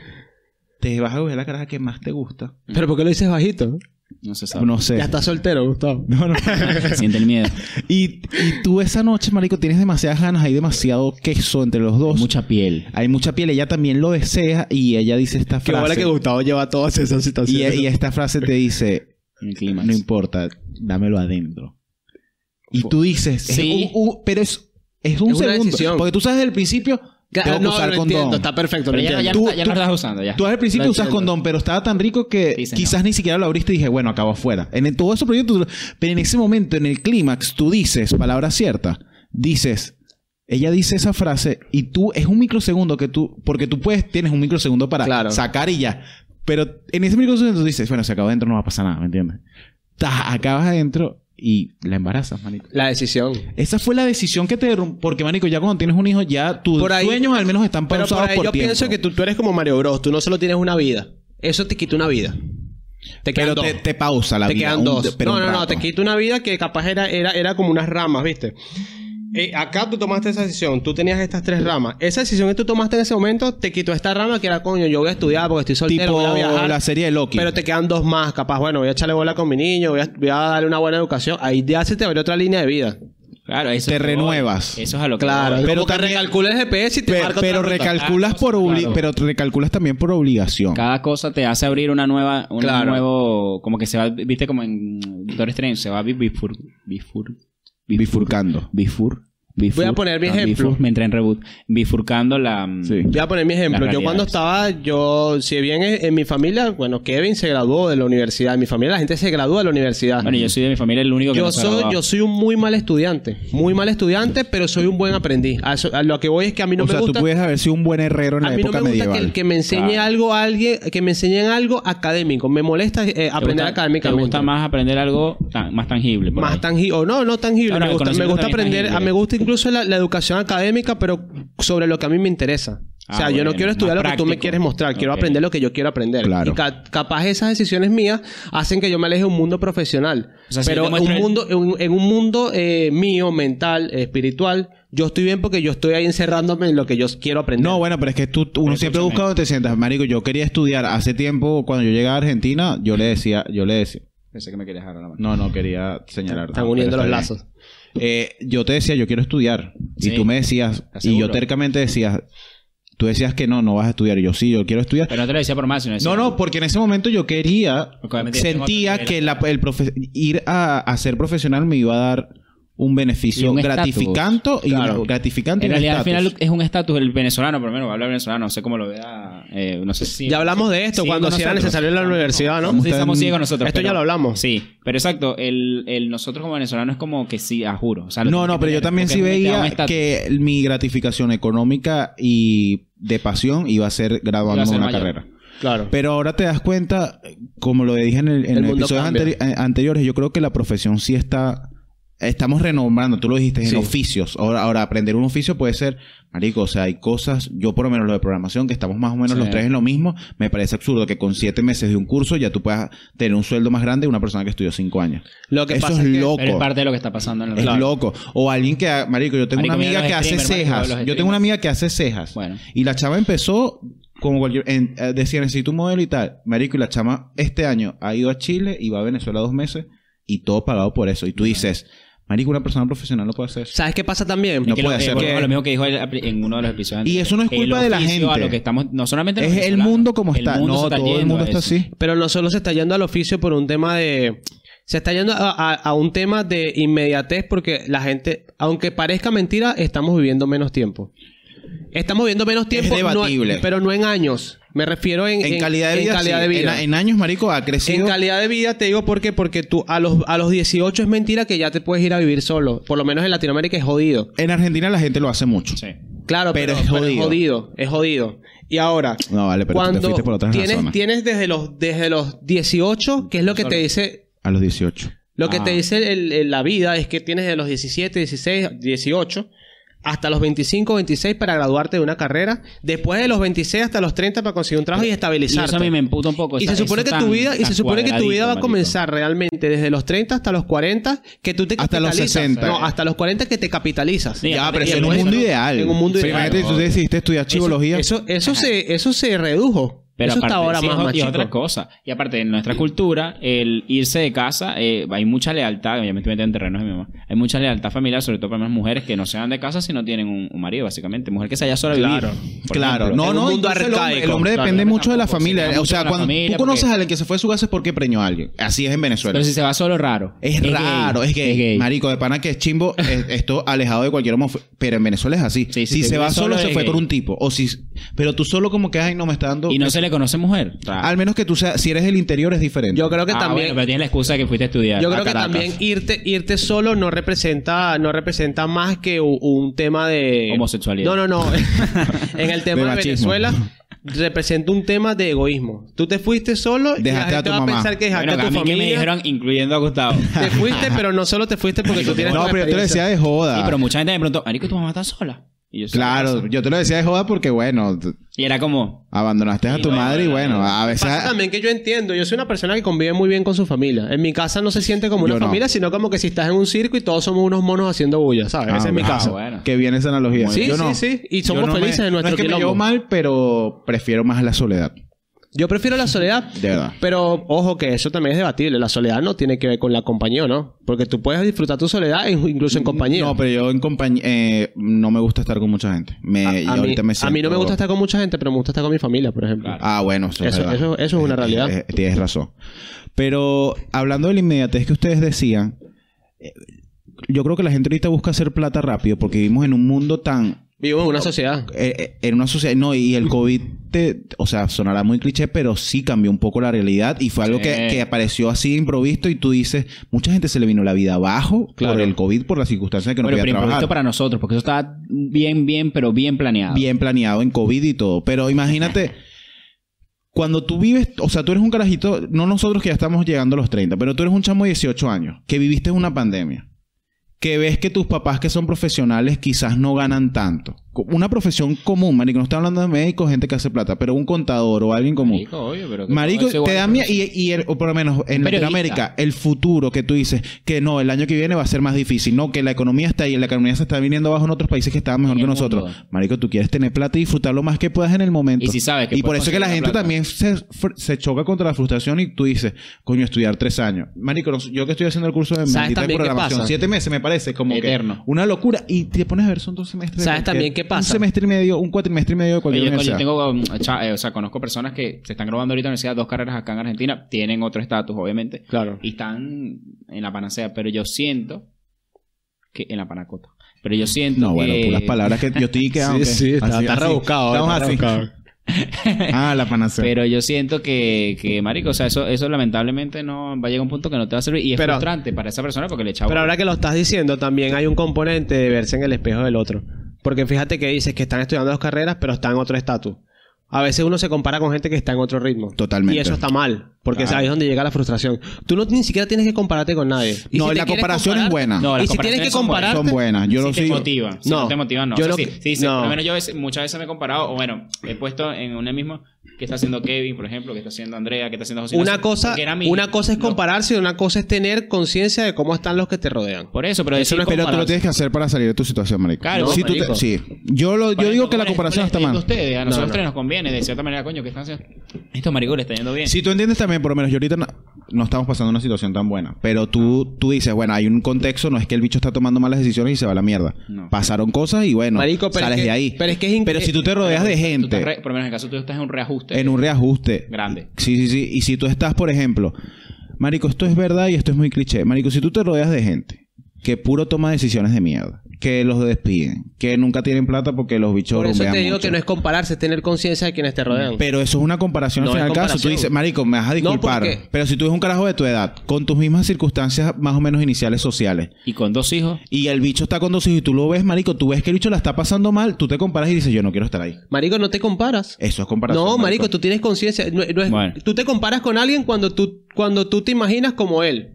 Speaker 2: te vas a coger la carrera que más te gusta.
Speaker 3: Pero ¿por qué lo dices bajito?
Speaker 4: No se sabe.
Speaker 2: No sé.
Speaker 3: [LAUGHS] Ya estás soltero, Gustavo.
Speaker 2: No, no.
Speaker 4: [LAUGHS] Siente el miedo.
Speaker 2: [LAUGHS] Y, y tú esa noche, marico, tienes demasiadas ganas, hay demasiado queso entre los dos.
Speaker 4: Mucha piel.
Speaker 2: Hay mucha piel, ella también lo desea y ella dice esta
Speaker 3: Qué bola
Speaker 2: frase. e-
Speaker 3: que Gustavo lleva todas esas
Speaker 2: y,
Speaker 3: situaciones.
Speaker 2: y esta frase te dice,
Speaker 4: El clima.
Speaker 2: No importa, dámelo adentro. Y
Speaker 4: Fu-
Speaker 2: tú dices, es
Speaker 4: Sí.
Speaker 2: un- un- pero es, es un
Speaker 3: Es una
Speaker 2: segundo.
Speaker 3: decisión.
Speaker 2: Porque tú sabes desde el principio, Tengo que
Speaker 3: no,
Speaker 2: usar
Speaker 3: lo
Speaker 2: condón.
Speaker 3: entiendo, está perfecto.
Speaker 4: Pero
Speaker 3: lo
Speaker 4: ya, no- ya,
Speaker 3: entiendo.
Speaker 4: no, está- ya no lo estás usando. Ya.
Speaker 2: Tú al principio
Speaker 4: Lo
Speaker 2: usas
Speaker 4: entiendo.
Speaker 2: condón, pero estaba tan rico que
Speaker 4: Dices,
Speaker 2: quizás ni siquiera lo abriste y dije, bueno, acabo afuera. En el- todo ese proyecto, pero en ese momento, en el clímax, tú dices, palabra cierta, dices, ella dice esa frase y tú, es un microsegundo que tú, porque tú puedes, tienes un microsegundo para
Speaker 3: Claro.
Speaker 2: sacar y ya. Pero en ese microsegundo tú dices, bueno, si acabo adentro no va a pasar nada, ¿me entiendes? Ta, acabas adentro y la embarazas, manico.
Speaker 3: La decisión.
Speaker 2: Esa fue la decisión que te derrum- Porque, manico, ya cuando tienes un hijo, ya tus
Speaker 3: Por ahí-
Speaker 2: sueños al menos están
Speaker 3: Pero
Speaker 2: pausados
Speaker 3: por
Speaker 2: por,
Speaker 3: ahí yo
Speaker 2: tiempo.
Speaker 3: pienso que tú, tú eres como Mario Bros. Tú no solo tienes una vida. Eso te quita una vida. Te quedan
Speaker 2: Pero
Speaker 3: dos.
Speaker 2: te, te pausa la
Speaker 3: te
Speaker 2: vida.
Speaker 3: quedan
Speaker 2: un-
Speaker 3: dos.
Speaker 2: pero
Speaker 3: no,
Speaker 2: un
Speaker 3: no, no.
Speaker 2: rato.
Speaker 3: Te quita una vida que capaz era, era, era como unas ramas, ¿viste? Eh, acá tú tomaste esa decisión. Tú tenías estas tres ramas. Esa decisión que tú tomaste en ese momento te quitó esta rama que era, coño, yo voy a estudiar porque estoy soltero,
Speaker 2: Tipo
Speaker 3: voy a viajar.
Speaker 2: la serie de Loki.
Speaker 3: Pero te quedan dos más, capaz. Bueno, voy a echarle bola con mi niño, voy a, voy a darle una buena educación. Ahí ya se te abre otra línea de vida.
Speaker 4: Claro, eso
Speaker 2: Te
Speaker 3: este,
Speaker 4: es lo que
Speaker 2: renuevas.
Speaker 4: voy. Eso es a lo que
Speaker 3: Claro,
Speaker 4: voy.
Speaker 2: pero
Speaker 3: pero te
Speaker 2: también-
Speaker 3: recalcula el GPS y te Ah,
Speaker 2: Pe-
Speaker 3: marca
Speaker 2: pero
Speaker 3: otra ruta.
Speaker 2: recalculas por obli-
Speaker 4: claro.
Speaker 2: pero te recalculas también por obligación.
Speaker 4: Cada cosa te hace abrir una nueva, un
Speaker 3: Claro.
Speaker 4: nuevo, como que se va, viste como en Doctor Strange, se va bi- bifur, bifur,
Speaker 2: Bifurcando.
Speaker 4: bifur, bifur.
Speaker 3: Voy a poner mi
Speaker 4: no,
Speaker 3: ejemplo.
Speaker 4: bifur, me entré en reboot. Bifurcando la... mm,
Speaker 2: Sí.
Speaker 3: Voy a poner mi ejemplo.
Speaker 4: Las
Speaker 3: Yo cuando
Speaker 4: realidades.
Speaker 3: estaba, yo, si bien en, en mi familia, bueno, Kevin se graduó de la universidad. En mi familia la gente se gradúa de la universidad.
Speaker 4: Bueno, yo soy de mi familia el único que
Speaker 3: yo
Speaker 4: no se ha
Speaker 3: soy,
Speaker 4: graduado.
Speaker 3: yo soy un muy mal estudiante. Muy mal estudiante, pero soy un buen aprendiz. A, eso- a lo que voy es que a mí no
Speaker 2: o
Speaker 3: me
Speaker 2: sea,
Speaker 3: gusta...
Speaker 2: tú pudieras haber sido un buen herrero en
Speaker 3: A
Speaker 2: la
Speaker 3: mí no
Speaker 2: época
Speaker 3: me gusta que,
Speaker 2: medieval.
Speaker 3: el- que me enseñe
Speaker 4: Claro.
Speaker 3: algo a alguien, que me enseñen algo académico. Me molesta eh,
Speaker 4: ¿Te
Speaker 3: aprender
Speaker 4: gusta-
Speaker 3: académicamente.
Speaker 4: Te gusta más aprender algo tan- más tangible. por ahí?
Speaker 3: más tangible o no no tangible
Speaker 4: Claro,
Speaker 3: me
Speaker 4: el
Speaker 3: gusta me
Speaker 4: conocimiento
Speaker 3: gusta
Speaker 4: también
Speaker 3: aprender
Speaker 4: tangible.
Speaker 3: a- me gusta incluso la, la educación académica pero sobre lo que a mí me interesa
Speaker 4: Ah,
Speaker 3: o sea yo no
Speaker 4: bueno,
Speaker 3: quiero estudiar lo
Speaker 4: más
Speaker 3: que tú me
Speaker 4: práctico.
Speaker 3: quieres mostrar quiero
Speaker 4: Ok.
Speaker 3: aprender lo que yo quiero aprender
Speaker 2: Claro.
Speaker 3: y ca- capaz esas decisiones mías hacen que yo me aleje de un mundo profesional
Speaker 4: O sea, si yo
Speaker 3: pero
Speaker 4: te
Speaker 3: en
Speaker 4: muestro
Speaker 3: un
Speaker 4: el-
Speaker 3: mundo en, un- en un mundo eh, mío mental eh, espiritual yo estoy bien porque yo estoy ahí encerrándome en lo que yo quiero aprender
Speaker 2: No, bueno, pero es que tú, tú- uno
Speaker 4: Pero
Speaker 2: siempre
Speaker 4: escúchame.
Speaker 2: busca donde te sientas. Marico, yo quería estudiar. Hace tiempo, cuando yo llegué a Argentina, yo le decía, yo le decía,
Speaker 4: Pensé que me querías agarrar la mano.
Speaker 2: no, no, quería señalar.
Speaker 3: están uniendo los lazos
Speaker 2: Eh, yo te decía, yo quiero estudiar.
Speaker 4: Sí.
Speaker 2: Y tú me decías,
Speaker 4: ¿Estás
Speaker 2: y yo
Speaker 4: seguro?
Speaker 2: tercamente decías, tú decías que no, no vas a estudiar. Y yo sí, yo quiero estudiar.
Speaker 4: Pero no te lo decía por más, sino decía-
Speaker 2: No, no, porque en ese momento yo quería,
Speaker 4: Porque obviamente
Speaker 2: sentía
Speaker 4: tengo otro
Speaker 2: que la- el profe- ir a, a ser profesional me iba a dar un beneficio
Speaker 4: Y un estatus.
Speaker 2: gratificante y
Speaker 3: Claro.
Speaker 2: una- gratificante y
Speaker 4: En
Speaker 2: un
Speaker 4: realidad, al final
Speaker 2: estatus.
Speaker 4: es un estatus. El venezolano, por lo menos, habla venezolano. No sé cómo lo vea. eh, no sé si.
Speaker 3: ya hablamos de esto
Speaker 4: Sí,
Speaker 3: cuando
Speaker 4: con
Speaker 3: si era
Speaker 4: nosotros.
Speaker 3: necesario en la universidad no
Speaker 4: No sé si estamos
Speaker 2: Ustedes-
Speaker 4: ciegos nosotros.
Speaker 3: esto ya
Speaker 4: pero-
Speaker 3: lo hablamos
Speaker 4: Sí, pero exacto. El, el nosotros como venezolanos es como que sí, a juro. o sea, lo
Speaker 2: No,
Speaker 4: tienes
Speaker 2: no,
Speaker 4: que
Speaker 2: pero yo
Speaker 4: tener,
Speaker 2: también
Speaker 4: porque
Speaker 2: sí
Speaker 4: es un- te da un
Speaker 2: veía
Speaker 4: estatus.
Speaker 2: que mi gratificación económica y de pasión iba a ser graduándome
Speaker 4: Iba a ser
Speaker 2: una
Speaker 4: mayor.
Speaker 2: carrera.
Speaker 3: claro
Speaker 2: Pero ahora te das cuenta, como lo dije en, el, en
Speaker 3: El mundo
Speaker 2: episodios
Speaker 3: cambia.
Speaker 2: anteri- eh, anteriores, yo creo que la profesión sí está... Estamos renombrando, tú lo dijiste, en
Speaker 3: Sí.
Speaker 2: oficios. Ahora, ahora, aprender un oficio puede ser, marico, o sea, hay cosas, yo por lo menos lo de programación, que estamos más o menos
Speaker 4: Sí.
Speaker 2: los tres en lo mismo, me parece absurdo que con siete meses de un curso ya tú puedas tener un sueldo más grande de una persona que estudió cinco años.
Speaker 3: lo que
Speaker 2: Eso
Speaker 3: pasa
Speaker 2: es
Speaker 3: que-
Speaker 2: loco.
Speaker 4: Pero es parte de lo que está pasando en el
Speaker 2: Es loco. O alguien que, ha- marico, yo tengo
Speaker 4: Marico,
Speaker 2: una
Speaker 4: mira
Speaker 2: amiga
Speaker 4: los
Speaker 2: que hace
Speaker 4: streamers, marico,
Speaker 2: cejas.
Speaker 4: los
Speaker 2: Yo tengo una
Speaker 4: streamers.
Speaker 2: amiga que hace cejas.
Speaker 4: Bueno.
Speaker 2: Y la chava empezó como cualquier... en- eh, decía, necesito un modelo y tal. Marico, y la chama este año ha ido a Chile y va a Venezuela dos meses y todo pagado por eso. Y tú dices, marico, una persona profesional no puede hacer eso.
Speaker 3: ¿Sabes qué pasa también?
Speaker 2: No
Speaker 4: Que
Speaker 2: puede
Speaker 4: lo,
Speaker 2: ser.
Speaker 4: que- bueno, lo mismo que dijo él en uno de los episodios.
Speaker 2: Y eso no es
Speaker 4: anteriores.
Speaker 2: culpa
Speaker 4: El
Speaker 2: de la
Speaker 4: oficio
Speaker 2: gente.
Speaker 4: a lo que estamos, no solamente los
Speaker 2: Es el
Speaker 4: venezolanos,
Speaker 2: mundo como está.
Speaker 4: mundo
Speaker 2: no,
Speaker 4: se está
Speaker 2: todo el
Speaker 4: yendo
Speaker 2: mundo
Speaker 4: a
Speaker 2: está
Speaker 4: eso.
Speaker 2: así.
Speaker 3: Pero no solo se está yendo al oficio por un tema de... Se está yendo a, a- a un tema de inmediatez porque la gente, aunque parezca mentira, estamos viviendo menos tiempo. Estamos viviendo menos tiempo, no-
Speaker 2: debatible.
Speaker 3: pero no en años. Me refiero en,
Speaker 2: En, calidad de vida,
Speaker 3: En calidad
Speaker 2: sí.
Speaker 3: de vida.
Speaker 2: En, en años, marico, ha
Speaker 3: En
Speaker 2: crecido.
Speaker 3: calidad de vida te digo porque porque tú a los a los 18 es mentira que ya te puedes ir a vivir solo. Por lo menos en Latinoamérica es jodido.
Speaker 2: En Argentina la gente lo hace mucho.
Speaker 4: Sí.
Speaker 3: Claro,
Speaker 2: Pero
Speaker 3: pero,
Speaker 2: es
Speaker 3: pero es
Speaker 2: jodido.
Speaker 3: jodido, es jodido. Y ahora,
Speaker 2: No, vale, pero tú te
Speaker 3: cuando
Speaker 2: fuiste por otras
Speaker 3: tienes,
Speaker 2: razones.
Speaker 3: tienes desde los desde los 18, que es lo que te dice
Speaker 2: A los 18.
Speaker 3: lo que
Speaker 4: Ah.
Speaker 3: te dice el- el- la vida es que tienes de los 17, 16, 18 hasta los 25, 26 para graduarte de una carrera, después de los 26 hasta los 30 para conseguir un trabajo y
Speaker 4: Y
Speaker 3: estabilizarte.
Speaker 4: eso a mí me emputa un poco.
Speaker 3: Y
Speaker 4: esa-
Speaker 3: se supone
Speaker 4: eso
Speaker 3: que tu
Speaker 4: tan-
Speaker 3: vida y
Speaker 4: tan
Speaker 3: se supone que tu vida va a
Speaker 4: cuadradito,
Speaker 3: comenzar realmente desde los 30 hasta los 40 que tú te
Speaker 2: Hasta los
Speaker 3: capitalizas.
Speaker 2: 60.
Speaker 3: No, hasta los 40 que te capitalizas.
Speaker 4: Sí,
Speaker 2: Ya,
Speaker 4: aparte
Speaker 2: pero
Speaker 4: que
Speaker 2: eso en un
Speaker 4: puede
Speaker 2: mundo
Speaker 4: ser, ¿no?
Speaker 2: ideal.
Speaker 3: En un mundo
Speaker 2: Pero
Speaker 3: ideal.
Speaker 2: Imagínate, tú decidiste estudiar
Speaker 3: Eso,
Speaker 2: chivología.
Speaker 3: eso, eso se eso se redujo.
Speaker 4: Pero
Speaker 3: Eso está
Speaker 4: aparte,
Speaker 3: ahora
Speaker 4: sí,
Speaker 3: más
Speaker 4: es o- y es
Speaker 3: machico.
Speaker 4: otra cosa. Y aparte, en nuestra cultura, el irse de casa, eh, hay mucha lealtad. Ya me estoy metiendo en terrenos de mi mamá. Hay mucha lealtad familiar, sobre todo para las mujeres que no se van de casa si no tienen un, un marido, básicamente. Mujer que se haya sola a vivir.
Speaker 3: Claro.
Speaker 4: por
Speaker 2: Claro,
Speaker 4: ejemplo.
Speaker 2: no,
Speaker 3: En un
Speaker 2: no,
Speaker 3: mundo
Speaker 2: incluso el hombre,
Speaker 3: arcaico.
Speaker 2: el hombre
Speaker 3: Claro,
Speaker 2: depende
Speaker 4: pero
Speaker 2: mucho de la
Speaker 4: tampoco se
Speaker 2: familia.
Speaker 4: queda
Speaker 2: o sea,
Speaker 4: mucho de la
Speaker 2: cuando
Speaker 4: familia
Speaker 2: tú conoces
Speaker 4: porque-
Speaker 2: a alguien que se fue de su casa es porque preñó a alguien. Así es en Venezuela.
Speaker 4: Pero si se va solo, raro.
Speaker 2: es, raro, es gay. Marico, de pana que es chimbo, es- esto alejado de cualquier homofobia. Pero en Venezuela es así.
Speaker 4: Sí, sí,
Speaker 2: si
Speaker 4: te
Speaker 2: se va
Speaker 4: vives
Speaker 2: solo,
Speaker 4: solo,
Speaker 2: se
Speaker 4: es
Speaker 2: fue
Speaker 4: gay.
Speaker 2: con un tipo. O si, pero tú solo como que, ay, no me está dando...
Speaker 4: Y no se le conoce mujer. Raro.
Speaker 2: Al menos que tú seas, si eres del interior es diferente.
Speaker 3: Yo creo que
Speaker 4: Ah,
Speaker 3: también.
Speaker 4: bueno, pero tienes la excusa de que fuiste a
Speaker 2: Eh,
Speaker 4: estudiar.
Speaker 3: Yo
Speaker 4: a
Speaker 3: creo que
Speaker 4: Caracas.
Speaker 3: también irte, irte solo no representa, no representa más que u- un tema de
Speaker 4: Homosexualidad.
Speaker 3: No,
Speaker 2: [LAUGHS]
Speaker 3: no, no. [LAUGHS] en el
Speaker 2: De
Speaker 3: tema de,
Speaker 2: machismo.
Speaker 3: Venezuela representa un tema de egoísmo. Tú te fuiste solo y
Speaker 2: Dejaste
Speaker 3: la
Speaker 2: a tu
Speaker 3: gente va
Speaker 2: mamá.
Speaker 3: a pensar que dejaste
Speaker 4: Bueno, a
Speaker 3: a tu
Speaker 4: mí que
Speaker 3: familia.
Speaker 4: me dijeron, incluyendo a Gustavo.
Speaker 3: Te fuiste, pero no solo te fuiste porque tú tienes
Speaker 2: no,
Speaker 3: una
Speaker 2: pero yo te lo
Speaker 3: experiencia.
Speaker 2: decía de joda.
Speaker 4: Sí, pero mucha gente me preguntó, Marico, tu mamá está sola. Y yo, sí,
Speaker 2: claro, yo te lo decía de joda porque, bueno, t-
Speaker 4: Y era como,
Speaker 2: abandonaste a tu madre y, bueno, a veces...
Speaker 3: Pasa también que yo entiendo, yo soy una persona que convive muy bien con su familia. En mi casa no se siente como una
Speaker 2: Yo no.
Speaker 3: familia, sino como que si estás en un circo y todos somos unos monos haciendo bulla, ¿sabes?
Speaker 2: Ah,
Speaker 3: Esa es mi
Speaker 2: ah,
Speaker 3: casa.
Speaker 4: bueno.
Speaker 2: Que viene esa analogía.
Speaker 3: Sí,
Speaker 2: Yo
Speaker 3: sí,
Speaker 2: no.
Speaker 3: sí. Y
Speaker 2: Yo
Speaker 3: somos
Speaker 2: no me-
Speaker 3: felices en nuestro
Speaker 2: No es que me
Speaker 3: quilombo.
Speaker 2: llevo mal, pero prefiero más la soledad.
Speaker 3: Yo prefiero la soledad.
Speaker 2: De verdad.
Speaker 3: Pero ojo que eso también es debatible. La soledad no tiene que ver con la compañía, ¿o ¿no? Porque tú puedes disfrutar tu soledad en- incluso en compañía.
Speaker 2: No, pero yo en compañía... eh, no me gusta estar con mucha gente. Me,
Speaker 3: a,
Speaker 2: y
Speaker 3: a mí,
Speaker 2: ahorita me
Speaker 3: a mí no me
Speaker 2: siento-
Speaker 3: gusta estar con mucha gente, pero me gusta estar con mi familia, por ejemplo.
Speaker 4: Claro.
Speaker 2: Ah, bueno, eso, es
Speaker 3: Eso-
Speaker 2: verdad.
Speaker 3: eso- eso es una realidad.
Speaker 2: Eh, eh, tienes razón. Pero hablando de la inmediatez que ustedes decían, eh, yo creo que la gente ahorita busca hacer plata rápido porque vivimos en un mundo tan...
Speaker 3: Vivo en una sociedad.
Speaker 2: eh, eh, en una sociedad... No, y el COVID, te- o sea, sonará muy cliché, pero sí cambió un poco la realidad y fue algo que,
Speaker 4: Sí.
Speaker 2: que apareció así de improviso y tú dices, mucha gente se le vino la vida abajo
Speaker 3: Claro.
Speaker 2: por el COVID, por las circunstancias de que no
Speaker 4: bueno,
Speaker 2: podía
Speaker 4: pero
Speaker 2: trabajar.
Speaker 4: improviso para nosotros, porque eso estaba bien, bien, pero bien planeado.
Speaker 2: bien planeado en COVID y todo. Pero
Speaker 4: [LAUGHS]
Speaker 2: imagínate, cuando tú vives, o sea, tú eres un carajito, no nosotros que ya estamos llegando a los 30, pero tú eres un chamo de 18 años, que viviste una pandemia, que ves que tus papás que son profesionales quizás no ganan tanto. Co- Una profesión común, marico, no estoy hablando de médicos, gente que hace plata, pero un contador o alguien común.
Speaker 4: Marico, obvio, pero que
Speaker 2: Marico,
Speaker 4: todo eso
Speaker 2: te
Speaker 4: igual-
Speaker 2: da miedo. Y, y el- o por lo menos en
Speaker 4: periodista.
Speaker 2: Latinoamérica, el futuro que tú dices, que no, el año que viene va a ser más difícil. No, que la economía está ahí, la economía se está viniendo abajo en otros países que estaban mejor
Speaker 4: En
Speaker 2: que
Speaker 4: el
Speaker 2: nosotros.
Speaker 4: mundo.
Speaker 2: Marico, tú quieres tener plata y disfrutar lo más que puedas en el momento.
Speaker 4: Y si sabes que
Speaker 2: Y por
Speaker 4: puedes
Speaker 2: eso que la
Speaker 4: conseguir
Speaker 2: gente
Speaker 4: la plata.
Speaker 2: también se, fr- se choca contra la frustración y tú dices, coño, estudiar tres años. Marico, no- yo que estoy haciendo el curso de
Speaker 3: ¿Sabes
Speaker 2: maldita
Speaker 3: también qué
Speaker 2: programación,
Speaker 3: pasa?
Speaker 2: siete meses me parece como que
Speaker 4: Eterno.
Speaker 2: una locura. Y te pones a ver, son dos semestres. de
Speaker 3: ¿Sabes
Speaker 2: cualquier-
Speaker 3: también qué pasa?
Speaker 2: Un semestre y medio, un cuatrimestre y medio de cualquier
Speaker 4: Oye, coño,
Speaker 2: universidad.
Speaker 4: tengo, um, cha- eh, o sea, conozco personas que se están graduando ahorita en la universidad, dos carreras acá en Argentina, tienen otro estatus, obviamente,
Speaker 3: Claro.
Speaker 4: y están en la panacea, pero yo siento que en la panacota. Pero yo siento
Speaker 2: No, bueno,
Speaker 4: que-
Speaker 2: por las palabras que yo estoy que
Speaker 3: Eh, [LAUGHS] Sí, sí, está, está rebuscado.
Speaker 2: Estamos
Speaker 3: está
Speaker 2: así.
Speaker 3: rebuscado.
Speaker 2: [LAUGHS] Ah, la panacea.
Speaker 4: Pero yo siento que, que marico, o sea, eso, eso lamentablemente no va a llegar a un punto que no te va a servir. Y es
Speaker 3: Pero-
Speaker 4: frustrante para esa persona porque le echaba.
Speaker 3: Pero ahora que lo estás diciendo, también hay un componente de verse en el espejo del otro. Porque fíjate que dices que están estudiando dos carreras, pero están en otro estatus. A veces uno se compara con gente que está en otro ritmo.
Speaker 2: Totalmente.
Speaker 3: Y eso está mal. Porque
Speaker 2: Claro.
Speaker 3: ahí es donde llega la frustración. Tú no, ni siquiera tienes que compararte con nadie. Y
Speaker 2: no,
Speaker 3: si te
Speaker 2: la
Speaker 3: quieres
Speaker 2: comparación es
Speaker 3: comparar-
Speaker 2: buena.
Speaker 4: No, las
Speaker 3: y si tienes
Speaker 4: comparaciones
Speaker 3: que
Speaker 4: son buenas.
Speaker 3: compararte...
Speaker 2: Son buenas. Ah, Yo
Speaker 4: si
Speaker 2: lo
Speaker 4: te
Speaker 2: sigo.
Speaker 4: motiva. Si
Speaker 3: No,
Speaker 4: no, te motiva, no.
Speaker 3: yo
Speaker 4: O sea,
Speaker 3: no-
Speaker 4: sí, sí, sí,
Speaker 3: no.
Speaker 4: Por lo menos yo a veces- muchas veces me he comparado, o bueno, he puesto en un mismo que está haciendo Kevin, por ejemplo, que está haciendo Andrea, que está haciendo José.
Speaker 3: Una
Speaker 4: Ignacio,
Speaker 3: cosa,
Speaker 4: porque era mi-
Speaker 3: una cosa es
Speaker 4: no.
Speaker 3: compararse y una cosa es tener conciencia de cómo están los que te rodean.
Speaker 4: Por eso, pero
Speaker 3: Eso
Speaker 4: decir
Speaker 3: no es
Speaker 2: Pero tú lo
Speaker 3: compararse.
Speaker 2: tienes que hacer para salir de tu situación, marico.
Speaker 4: Claro,
Speaker 2: Sí, tú te-
Speaker 4: marico.
Speaker 2: sí. Yo, lo, yo digo
Speaker 4: Por ejemplo,
Speaker 2: que la
Speaker 4: ¿cómo les-
Speaker 2: comparación
Speaker 4: cómo
Speaker 2: está
Speaker 4: les entiendo
Speaker 2: mal.
Speaker 4: a ustedes, a nosotros
Speaker 3: no.
Speaker 4: tres nos conviene, de cierta manera, coño, que están haciendo. Estos maricos les está yendo bien.
Speaker 2: Si tú entiendes también, por lo menos yo ahorita no, no estamos pasando una situación tan buena, pero tú, tú dices, bueno, hay un contexto, no es que el bicho está tomando malas decisiones y se va a la mierda.
Speaker 4: No.
Speaker 2: Pasaron cosas y bueno,
Speaker 3: Marico, pero es
Speaker 2: sales
Speaker 3: que-
Speaker 2: de ahí.
Speaker 3: pero es que es in-
Speaker 2: Pero si tú te rodeas de
Speaker 4: Tú estás
Speaker 2: gente
Speaker 4: re- por lo menos en el caso tú estás en un reajuste
Speaker 2: en un reajuste
Speaker 4: grande.
Speaker 2: Sí, sí, sí. Y si tú estás, por ejemplo, Marico, esto es verdad y esto es muy cliché. Marico, si tú te rodeas de gente que puro toma decisiones de mierda, que los despiden, que nunca tienen plata porque los bichos
Speaker 3: Por eso
Speaker 2: rumbean
Speaker 3: te digo
Speaker 2: mucho.
Speaker 3: que no es compararse, es tener conciencia de quienes te rodean.
Speaker 2: Pero eso es una comparación
Speaker 3: No
Speaker 2: al final
Speaker 3: es
Speaker 2: del caso. Tú
Speaker 3: comparación.
Speaker 2: dices, Marico, me vas a disculpar.
Speaker 3: porque-
Speaker 2: Pero si tú eres un carajo de tu edad, con tus mismas circunstancias más o menos iniciales sociales,
Speaker 4: Y con dos hijos.
Speaker 2: y el bicho está conducido y tú lo ves, Marico, tú ves que el bicho la está pasando mal, tú te comparas y dices, yo no quiero estar ahí.
Speaker 3: Marico, no te comparas.
Speaker 2: Eso es comparación.
Speaker 3: no, marico, tú tienes conciencia. no- no es-
Speaker 4: Bueno.
Speaker 3: Tú te comparas con alguien cuando tú, cuando tú te imaginas como él.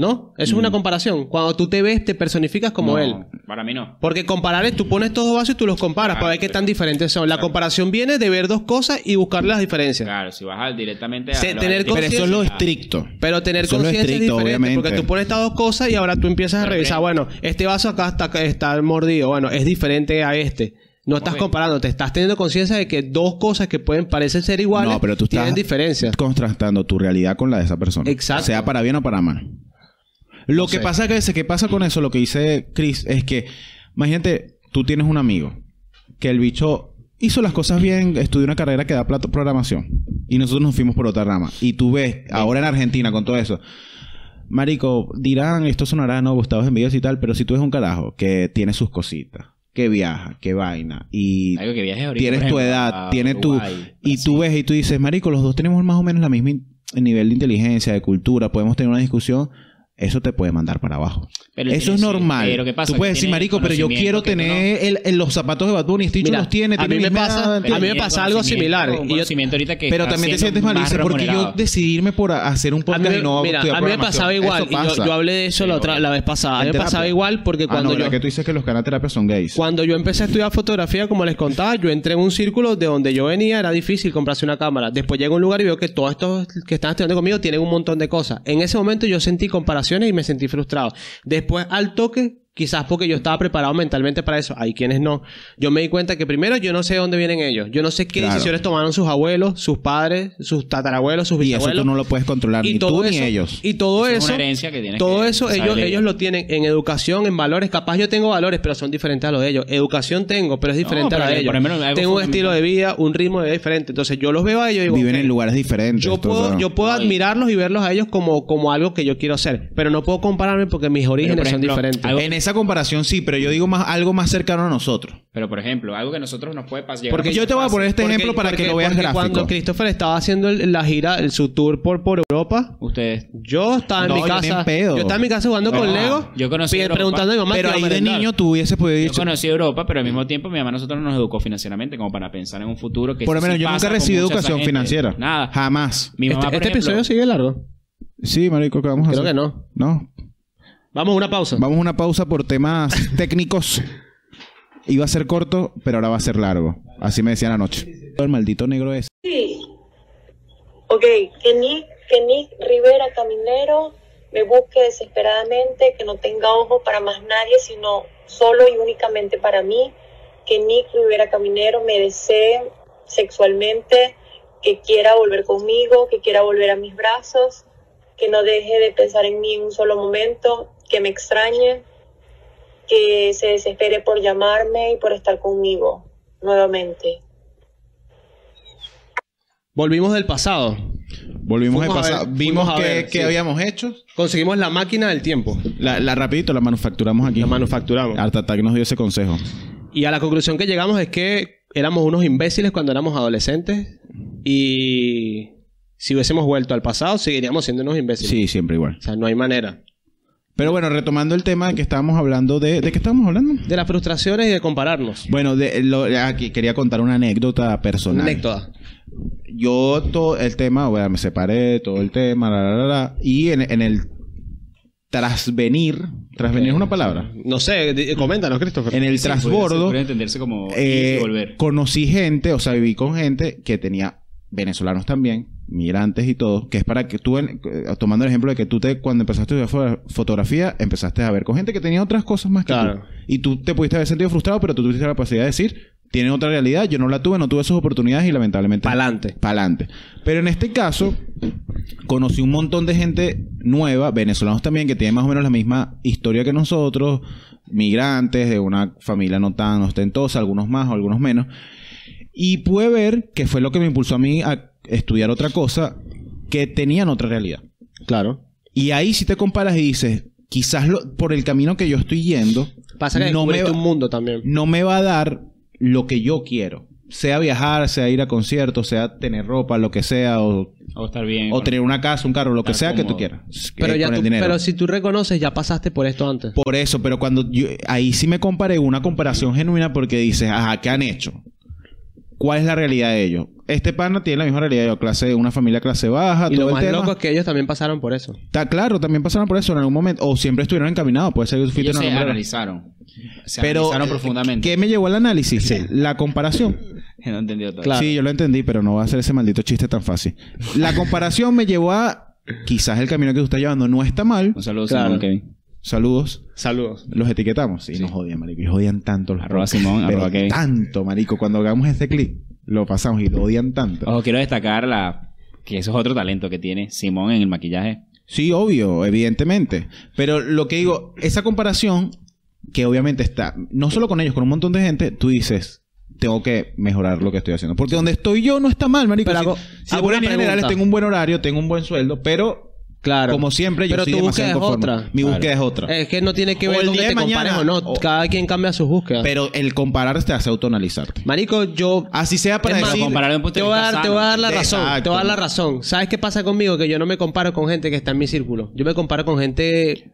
Speaker 3: ¿No? Eso
Speaker 2: Mm.
Speaker 3: es una comparación. Cuando tú te ves, te personificas como
Speaker 4: no,
Speaker 3: él.
Speaker 4: Para mí no.
Speaker 3: Porque comparar es, tú pones todos dos vasos y tú los comparas
Speaker 4: Claro,
Speaker 3: para ver qué
Speaker 4: sí.
Speaker 3: tan diferentes son. La comparación viene de ver dos cosas y buscar las diferencias.
Speaker 4: Claro, si vas al- directamente a.
Speaker 3: Se-
Speaker 4: lo-
Speaker 3: tener
Speaker 4: al-
Speaker 2: Pero eso es lo
Speaker 3: conciencia-
Speaker 2: estricto.
Speaker 3: Pero tener
Speaker 2: Eso es lo
Speaker 3: conciencia es
Speaker 2: estricto,
Speaker 3: diferente
Speaker 2: obviamente.
Speaker 3: porque tú pones estas dos cosas y ahora tú empiezas a
Speaker 4: Pero
Speaker 3: revisar,
Speaker 4: bien.
Speaker 3: bueno, este vaso acá está, está mordido, bueno, es diferente a este. No estás
Speaker 4: Ok.
Speaker 3: comparando, te estás teniendo conciencia de que dos cosas que pueden parecer ser iguales
Speaker 2: no, pero tú estás
Speaker 3: tienen diferencias.
Speaker 2: contrastando tu realidad con la de esa persona.
Speaker 3: Exacto.
Speaker 2: Sea para bien o para mal. Lo que
Speaker 3: sé.
Speaker 2: pasa que que pasa con eso, lo que dice Chris, es que, imagínate, tú tienes un amigo que el bicho hizo las cosas bien, estudió una carrera que da plato- programación y nosotros nos fuimos por otra rama. Y tú ves, ahora en Argentina con todo eso, Marico, dirán, esto sonará, no, Gustavo es envidioso y tal, pero si tú eres un carajo que tiene sus cositas, que viaja, que vaina, y
Speaker 4: Algo que viajes ahorita,
Speaker 2: tienes
Speaker 4: por
Speaker 2: tu
Speaker 4: ejemplo,
Speaker 2: edad,
Speaker 4: a
Speaker 2: tienes tu...
Speaker 4: Uruguay,
Speaker 2: Y tú
Speaker 4: Brasil.
Speaker 2: ves y tú dices, Marico, los dos tenemos más o menos la misma in- nivel de inteligencia, de cultura, podemos tener una discusión, eso te puede mandar para abajo.
Speaker 4: Pero
Speaker 2: eso es
Speaker 4: tienes-
Speaker 2: normal.
Speaker 4: pero ¿qué pasa?
Speaker 2: Tú puedes
Speaker 4: Que
Speaker 2: decir,
Speaker 4: tienes
Speaker 2: Marico, pero yo quiero
Speaker 4: conocimiento que tú
Speaker 2: tener el- el- los zapatos de Bad Bunny, este bicho
Speaker 3: Mira,
Speaker 2: los tiene,
Speaker 3: a
Speaker 2: tiene
Speaker 3: mí me
Speaker 2: misma
Speaker 3: pasa-
Speaker 2: edad,
Speaker 3: a mí me
Speaker 2: ¿entiendes?
Speaker 4: tienes
Speaker 3: pasa algo
Speaker 4: conocimiento,
Speaker 3: similar,
Speaker 4: un
Speaker 3: y yo-
Speaker 4: conocimiento ahorita que
Speaker 2: Pero
Speaker 4: está
Speaker 2: también te
Speaker 4: siendo
Speaker 2: sientes mal,
Speaker 4: más
Speaker 2: dices, porque yo
Speaker 4: remunerado.
Speaker 2: decidirme por a- hacer un
Speaker 3: A mí,
Speaker 2: podcast y no
Speaker 3: mira,
Speaker 2: estudiar
Speaker 3: a mí me
Speaker 2: programación.
Speaker 3: pasaba igual,
Speaker 2: Eso
Speaker 3: y yo,
Speaker 2: pasa.
Speaker 3: yo hablé de eso la,
Speaker 4: Sí,
Speaker 3: otra,
Speaker 4: obvio.
Speaker 3: la vez pasada. A mí
Speaker 2: En
Speaker 3: me pasaba
Speaker 2: terapia.
Speaker 3: igual porque
Speaker 2: ah, no,
Speaker 3: cuando yo...
Speaker 2: ¿verdad que tú dices que los canales de terapia son gays.
Speaker 3: Cuando yo empecé a estudiar fotografía, como les contaba, yo entré en un círculo de donde yo venía, era difícil comprarse una cámara. Después llegué a un lugar y veo que todos estos que están estudiando conmigo tienen un montón de cosas. En ese momento yo sentí comparaciones y me sentí frustrado. Después, al toque, quizás porque yo estaba preparado mentalmente para eso, hay quienes no. Yo me di cuenta que primero yo no sé de dónde vienen ellos. Yo no sé qué
Speaker 2: Claro.
Speaker 3: decisiones tomaron sus abuelos, sus padres, sus tatarabuelos, sus
Speaker 2: y eso
Speaker 3: bisabuelos.
Speaker 2: tú no lo puedes controlar,
Speaker 3: y
Speaker 2: ni
Speaker 3: todo
Speaker 2: tú ni
Speaker 3: eso-
Speaker 2: ellos.
Speaker 3: Y todo
Speaker 4: Es una
Speaker 3: eso.
Speaker 4: herencia que tienes
Speaker 3: todo
Speaker 4: que
Speaker 3: eso
Speaker 4: saber
Speaker 3: ellos,
Speaker 4: lidiar.
Speaker 3: ellos lo tienen en educación, en valores. Capaz yo tengo valores, pero son diferentes a los de ellos. Educación tengo, pero es diferente a
Speaker 4: pero
Speaker 3: la de
Speaker 4: por lo menos
Speaker 3: ellos.
Speaker 4: algo
Speaker 3: Tengo un
Speaker 4: fundamental.
Speaker 3: estilo de vida, un ritmo de vida diferente. Entonces yo los veo a ellos y digo.
Speaker 2: Viven
Speaker 3: "Ok,
Speaker 2: en lugares diferentes.
Speaker 3: Yo
Speaker 2: todo,
Speaker 3: puedo,
Speaker 2: ¿no?
Speaker 3: yo puedo
Speaker 4: No, y-
Speaker 3: admirarlos y verlos a ellos como, como algo que yo quiero ser, pero no puedo compararme porque mis orígenes
Speaker 4: por ejemplo,
Speaker 3: son diferentes.
Speaker 4: algo-
Speaker 2: En esa comparación sí, pero yo digo más algo más cercano a nosotros.
Speaker 4: Pero, por ejemplo, algo que nosotros nos puede pasar...
Speaker 2: Porque yo te voy a poner este
Speaker 3: Porque-
Speaker 2: ejemplo para
Speaker 3: porque-
Speaker 2: que lo veas
Speaker 3: porque
Speaker 2: gráfico.
Speaker 3: Cuando Christopher estaba haciendo el- la gira, el- su tour por, por Europa,
Speaker 4: Ustedes...
Speaker 3: Yo estaba en
Speaker 2: No,
Speaker 3: mi
Speaker 2: yo ni
Speaker 3: casa.
Speaker 2: en pedo.
Speaker 3: yo estaba en mi casa jugando con
Speaker 4: No,
Speaker 3: Lego.
Speaker 4: yo conocí
Speaker 3: pe-
Speaker 4: a Europa.
Speaker 3: preguntando a mi mamá.
Speaker 2: pero
Speaker 3: ¿qué
Speaker 2: ahí
Speaker 3: iba a
Speaker 2: de
Speaker 3: merendar?
Speaker 2: niño tú hubieses podido
Speaker 4: Yo
Speaker 2: decir,
Speaker 4: conocí Europa, pero al mismo tiempo mi mamá a nosotros nos educó financieramente como para pensar en un futuro que
Speaker 2: por lo
Speaker 4: sí
Speaker 2: menos yo
Speaker 4: pasa
Speaker 2: nunca
Speaker 4: con
Speaker 2: recibí
Speaker 4: mucha esa
Speaker 2: educación
Speaker 4: gente.
Speaker 2: financiera.
Speaker 4: Nada.
Speaker 2: Jamás.
Speaker 4: Mi mamá,
Speaker 3: este
Speaker 4: por
Speaker 3: este
Speaker 4: ejemplo,
Speaker 3: episodio sigue largo.
Speaker 2: Ah, Sí, marico, ¿qué vamos a
Speaker 3: Creo que
Speaker 2: hacer?
Speaker 3: no.
Speaker 2: No.
Speaker 3: Vamos a una pausa.
Speaker 2: Vamos a una pausa por temas técnicos. Iba a ser corto, pero ahora va a ser largo. Así me decían anoche. El maldito negro es.
Speaker 5: Sí. Ok, que Nick, que Nick Rivera Caminero me busque desesperadamente, que no tenga ojos para más nadie, sino solo y únicamente para mí. Que Nick Rivera Caminero me desee sexualmente, que quiera volver conmigo, que quiera volver a mis brazos, que no deje de pensar en mí en un solo momento, que me extrañe, que se desespere por llamarme y por estar conmigo nuevamente.
Speaker 3: Volvimos del pasado.
Speaker 2: Volvimos de
Speaker 3: Fuimos a
Speaker 2: pasar.
Speaker 3: ver-
Speaker 2: Vimos
Speaker 3: fuimos a
Speaker 2: que,
Speaker 3: ver,
Speaker 2: que
Speaker 3: sí.
Speaker 2: habíamos hecho.
Speaker 3: Conseguimos la máquina del tiempo.
Speaker 2: La, la rapidito la manufacturamos aquí. Ah.
Speaker 3: La manufacturamos.
Speaker 2: Art Attack nos dio ese consejo.
Speaker 3: Y a la conclusión que llegamos es que éramos unos imbéciles cuando éramos adolescentes. Y si hubiésemos vuelto al pasado, seguiríamos siendo unos imbéciles.
Speaker 2: Sí, siempre igual.
Speaker 3: O sea, no hay manera.
Speaker 2: Pero bueno, retomando el tema que estábamos hablando de... ¿De qué estábamos hablando?
Speaker 3: De las frustraciones y de compararnos.
Speaker 2: Bueno, de, lo- aquí quería contar una anécdota personal.
Speaker 3: Anécdota.
Speaker 2: yo todo el tema, bueno, me separé, todo el tema, la, la, la, la, y en, en el trasvenir, trasvenir es una palabra,
Speaker 3: No sé, di- coméntanos, Christopher.
Speaker 2: en el
Speaker 4: Puede,
Speaker 2: transbordo,
Speaker 4: puede entenderse como ir
Speaker 2: eh,
Speaker 4: y volver.
Speaker 2: conocí gente, o sea, viví con gente que tenía venezolanos también, migrantes y todo, que es para que tú, en- eh, tomando el ejemplo de que tú te, cuando empezaste a estudiar fo- fotografía, empezaste a ver con gente que tenía otras cosas más que
Speaker 3: Claro.
Speaker 2: tú. Y tú te pudiste haber sentido frustrado, pero tú tuviste la capacidad de decir, tienen otra realidad, yo no la tuve, no tuve esas oportunidades y lamentablemente
Speaker 3: Pa'lante.
Speaker 2: pa'lante. Pero en este caso, conocí un montón de gente nueva, venezolanos también, que tienen más o menos la misma historia que nosotros, migrantes de una familia no tan ostentosa, algunos más o algunos menos. Y pude ver que fue lo que me impulsó a mí a estudiar otra cosa, que tenían otra realidad.
Speaker 3: Claro.
Speaker 2: Y ahí si te comparas y dices, quizás lo- por el camino que yo estoy yendo,
Speaker 3: Pasa que
Speaker 2: no me,
Speaker 3: descubriste
Speaker 2: va- Eh,
Speaker 3: un mundo también.
Speaker 2: no me va a dar lo que yo quiero. Sea viajar, sea ir a conciertos, sea tener ropa, lo que sea, o,
Speaker 4: O estar bien.
Speaker 2: o
Speaker 4: con-
Speaker 2: tener una casa, un carro, lo que
Speaker 4: Estar
Speaker 2: sea que tú
Speaker 4: cómodo.
Speaker 2: quieras.
Speaker 3: Pero,
Speaker 2: eh,
Speaker 3: ya
Speaker 2: con
Speaker 3: tú-
Speaker 2: el dinero.
Speaker 3: pero si tú reconoces, ya pasaste por esto antes.
Speaker 2: Por eso, pero cuando yo, ahí sí me comparé una comparación genuina porque dices, ajá, ¿qué han hecho? ¿Cuál es la realidad de ellos? Este pana tiene la misma realidad yo, clase, una familia clase baja,
Speaker 3: Y
Speaker 2: todo
Speaker 3: lo
Speaker 2: el
Speaker 3: más
Speaker 2: tema.
Speaker 3: loco es que ellos también pasaron por eso.
Speaker 2: Está claro, también pasaron por eso en algún momento, o siempre estuvieron encaminados, puede ser que fuiste
Speaker 4: Ellos se
Speaker 2: normal.
Speaker 4: analizaron. Se
Speaker 2: Pero, eh,
Speaker 4: analizaron profundamente.
Speaker 2: ¿Qué me llevó al análisis? La comparación.
Speaker 4: [LAUGHS] No entendió todo.
Speaker 3: Claro.
Speaker 2: Sí, yo lo entendí, pero no va a ser ese maldito chiste tan fácil. La comparación me llevó a quizás el camino que tú estás llevando no está mal,
Speaker 4: Un saludo
Speaker 3: Claro.
Speaker 4: Simón Kevin.
Speaker 2: Saludos.
Speaker 3: Saludos.
Speaker 2: Los etiquetamos. Y nos jodían, marico. Y jodían tanto los
Speaker 4: Arroba
Speaker 2: podcasts.
Speaker 4: Simón,
Speaker 2: Pero
Speaker 4: arroba Kevin.
Speaker 2: tanto, marico. Cuando hagamos este clip, lo pasamos y lo odian tanto.
Speaker 3: Ah.
Speaker 4: Ojo, quiero destacar la que eso es otro talento que tiene Simón en el maquillaje.
Speaker 2: Sí, obvio, evidentemente. Pero lo que digo, esa comparación que obviamente está, no solo con ellos, con un montón de gente, tú dices, tengo que mejorar lo que estoy haciendo. Porque donde estoy yo no está mal, marico.
Speaker 3: Pero
Speaker 2: Si-
Speaker 3: hago-
Speaker 2: si
Speaker 3: hago
Speaker 2: por
Speaker 3: una
Speaker 2: en generales
Speaker 3: pregunta.
Speaker 2: tengo un buen horario, tengo un buen sueldo, pero
Speaker 3: Claro.
Speaker 2: como siempre yo
Speaker 3: Pero
Speaker 2: soy
Speaker 3: tu
Speaker 2: demasiado
Speaker 3: búsqueda es
Speaker 2: inconforme.
Speaker 3: otra.
Speaker 2: Mi
Speaker 4: Claro.
Speaker 2: búsqueda es otra.
Speaker 3: Es que no tiene que
Speaker 2: O
Speaker 3: ver
Speaker 2: el
Speaker 3: con que
Speaker 2: día
Speaker 3: te
Speaker 2: de mañana,
Speaker 3: compares o no.
Speaker 2: o-
Speaker 3: Cada quien cambia sus búsquedas.
Speaker 2: pero el comparar te hace autoanalizarte.
Speaker 3: Marico, yo...
Speaker 2: Así sea para
Speaker 3: Es más,
Speaker 2: decir...
Speaker 4: comparar- Para un punto
Speaker 3: te
Speaker 4: de
Speaker 3: voy, a
Speaker 4: vista
Speaker 3: dar, te
Speaker 4: sano.
Speaker 3: voy a dar la razón. Te
Speaker 2: Exacto.
Speaker 3: voy a dar la razón. ¿Sabes qué pasa conmigo? Que yo no me comparo con gente que está en mi círculo. Yo me comparo con gente...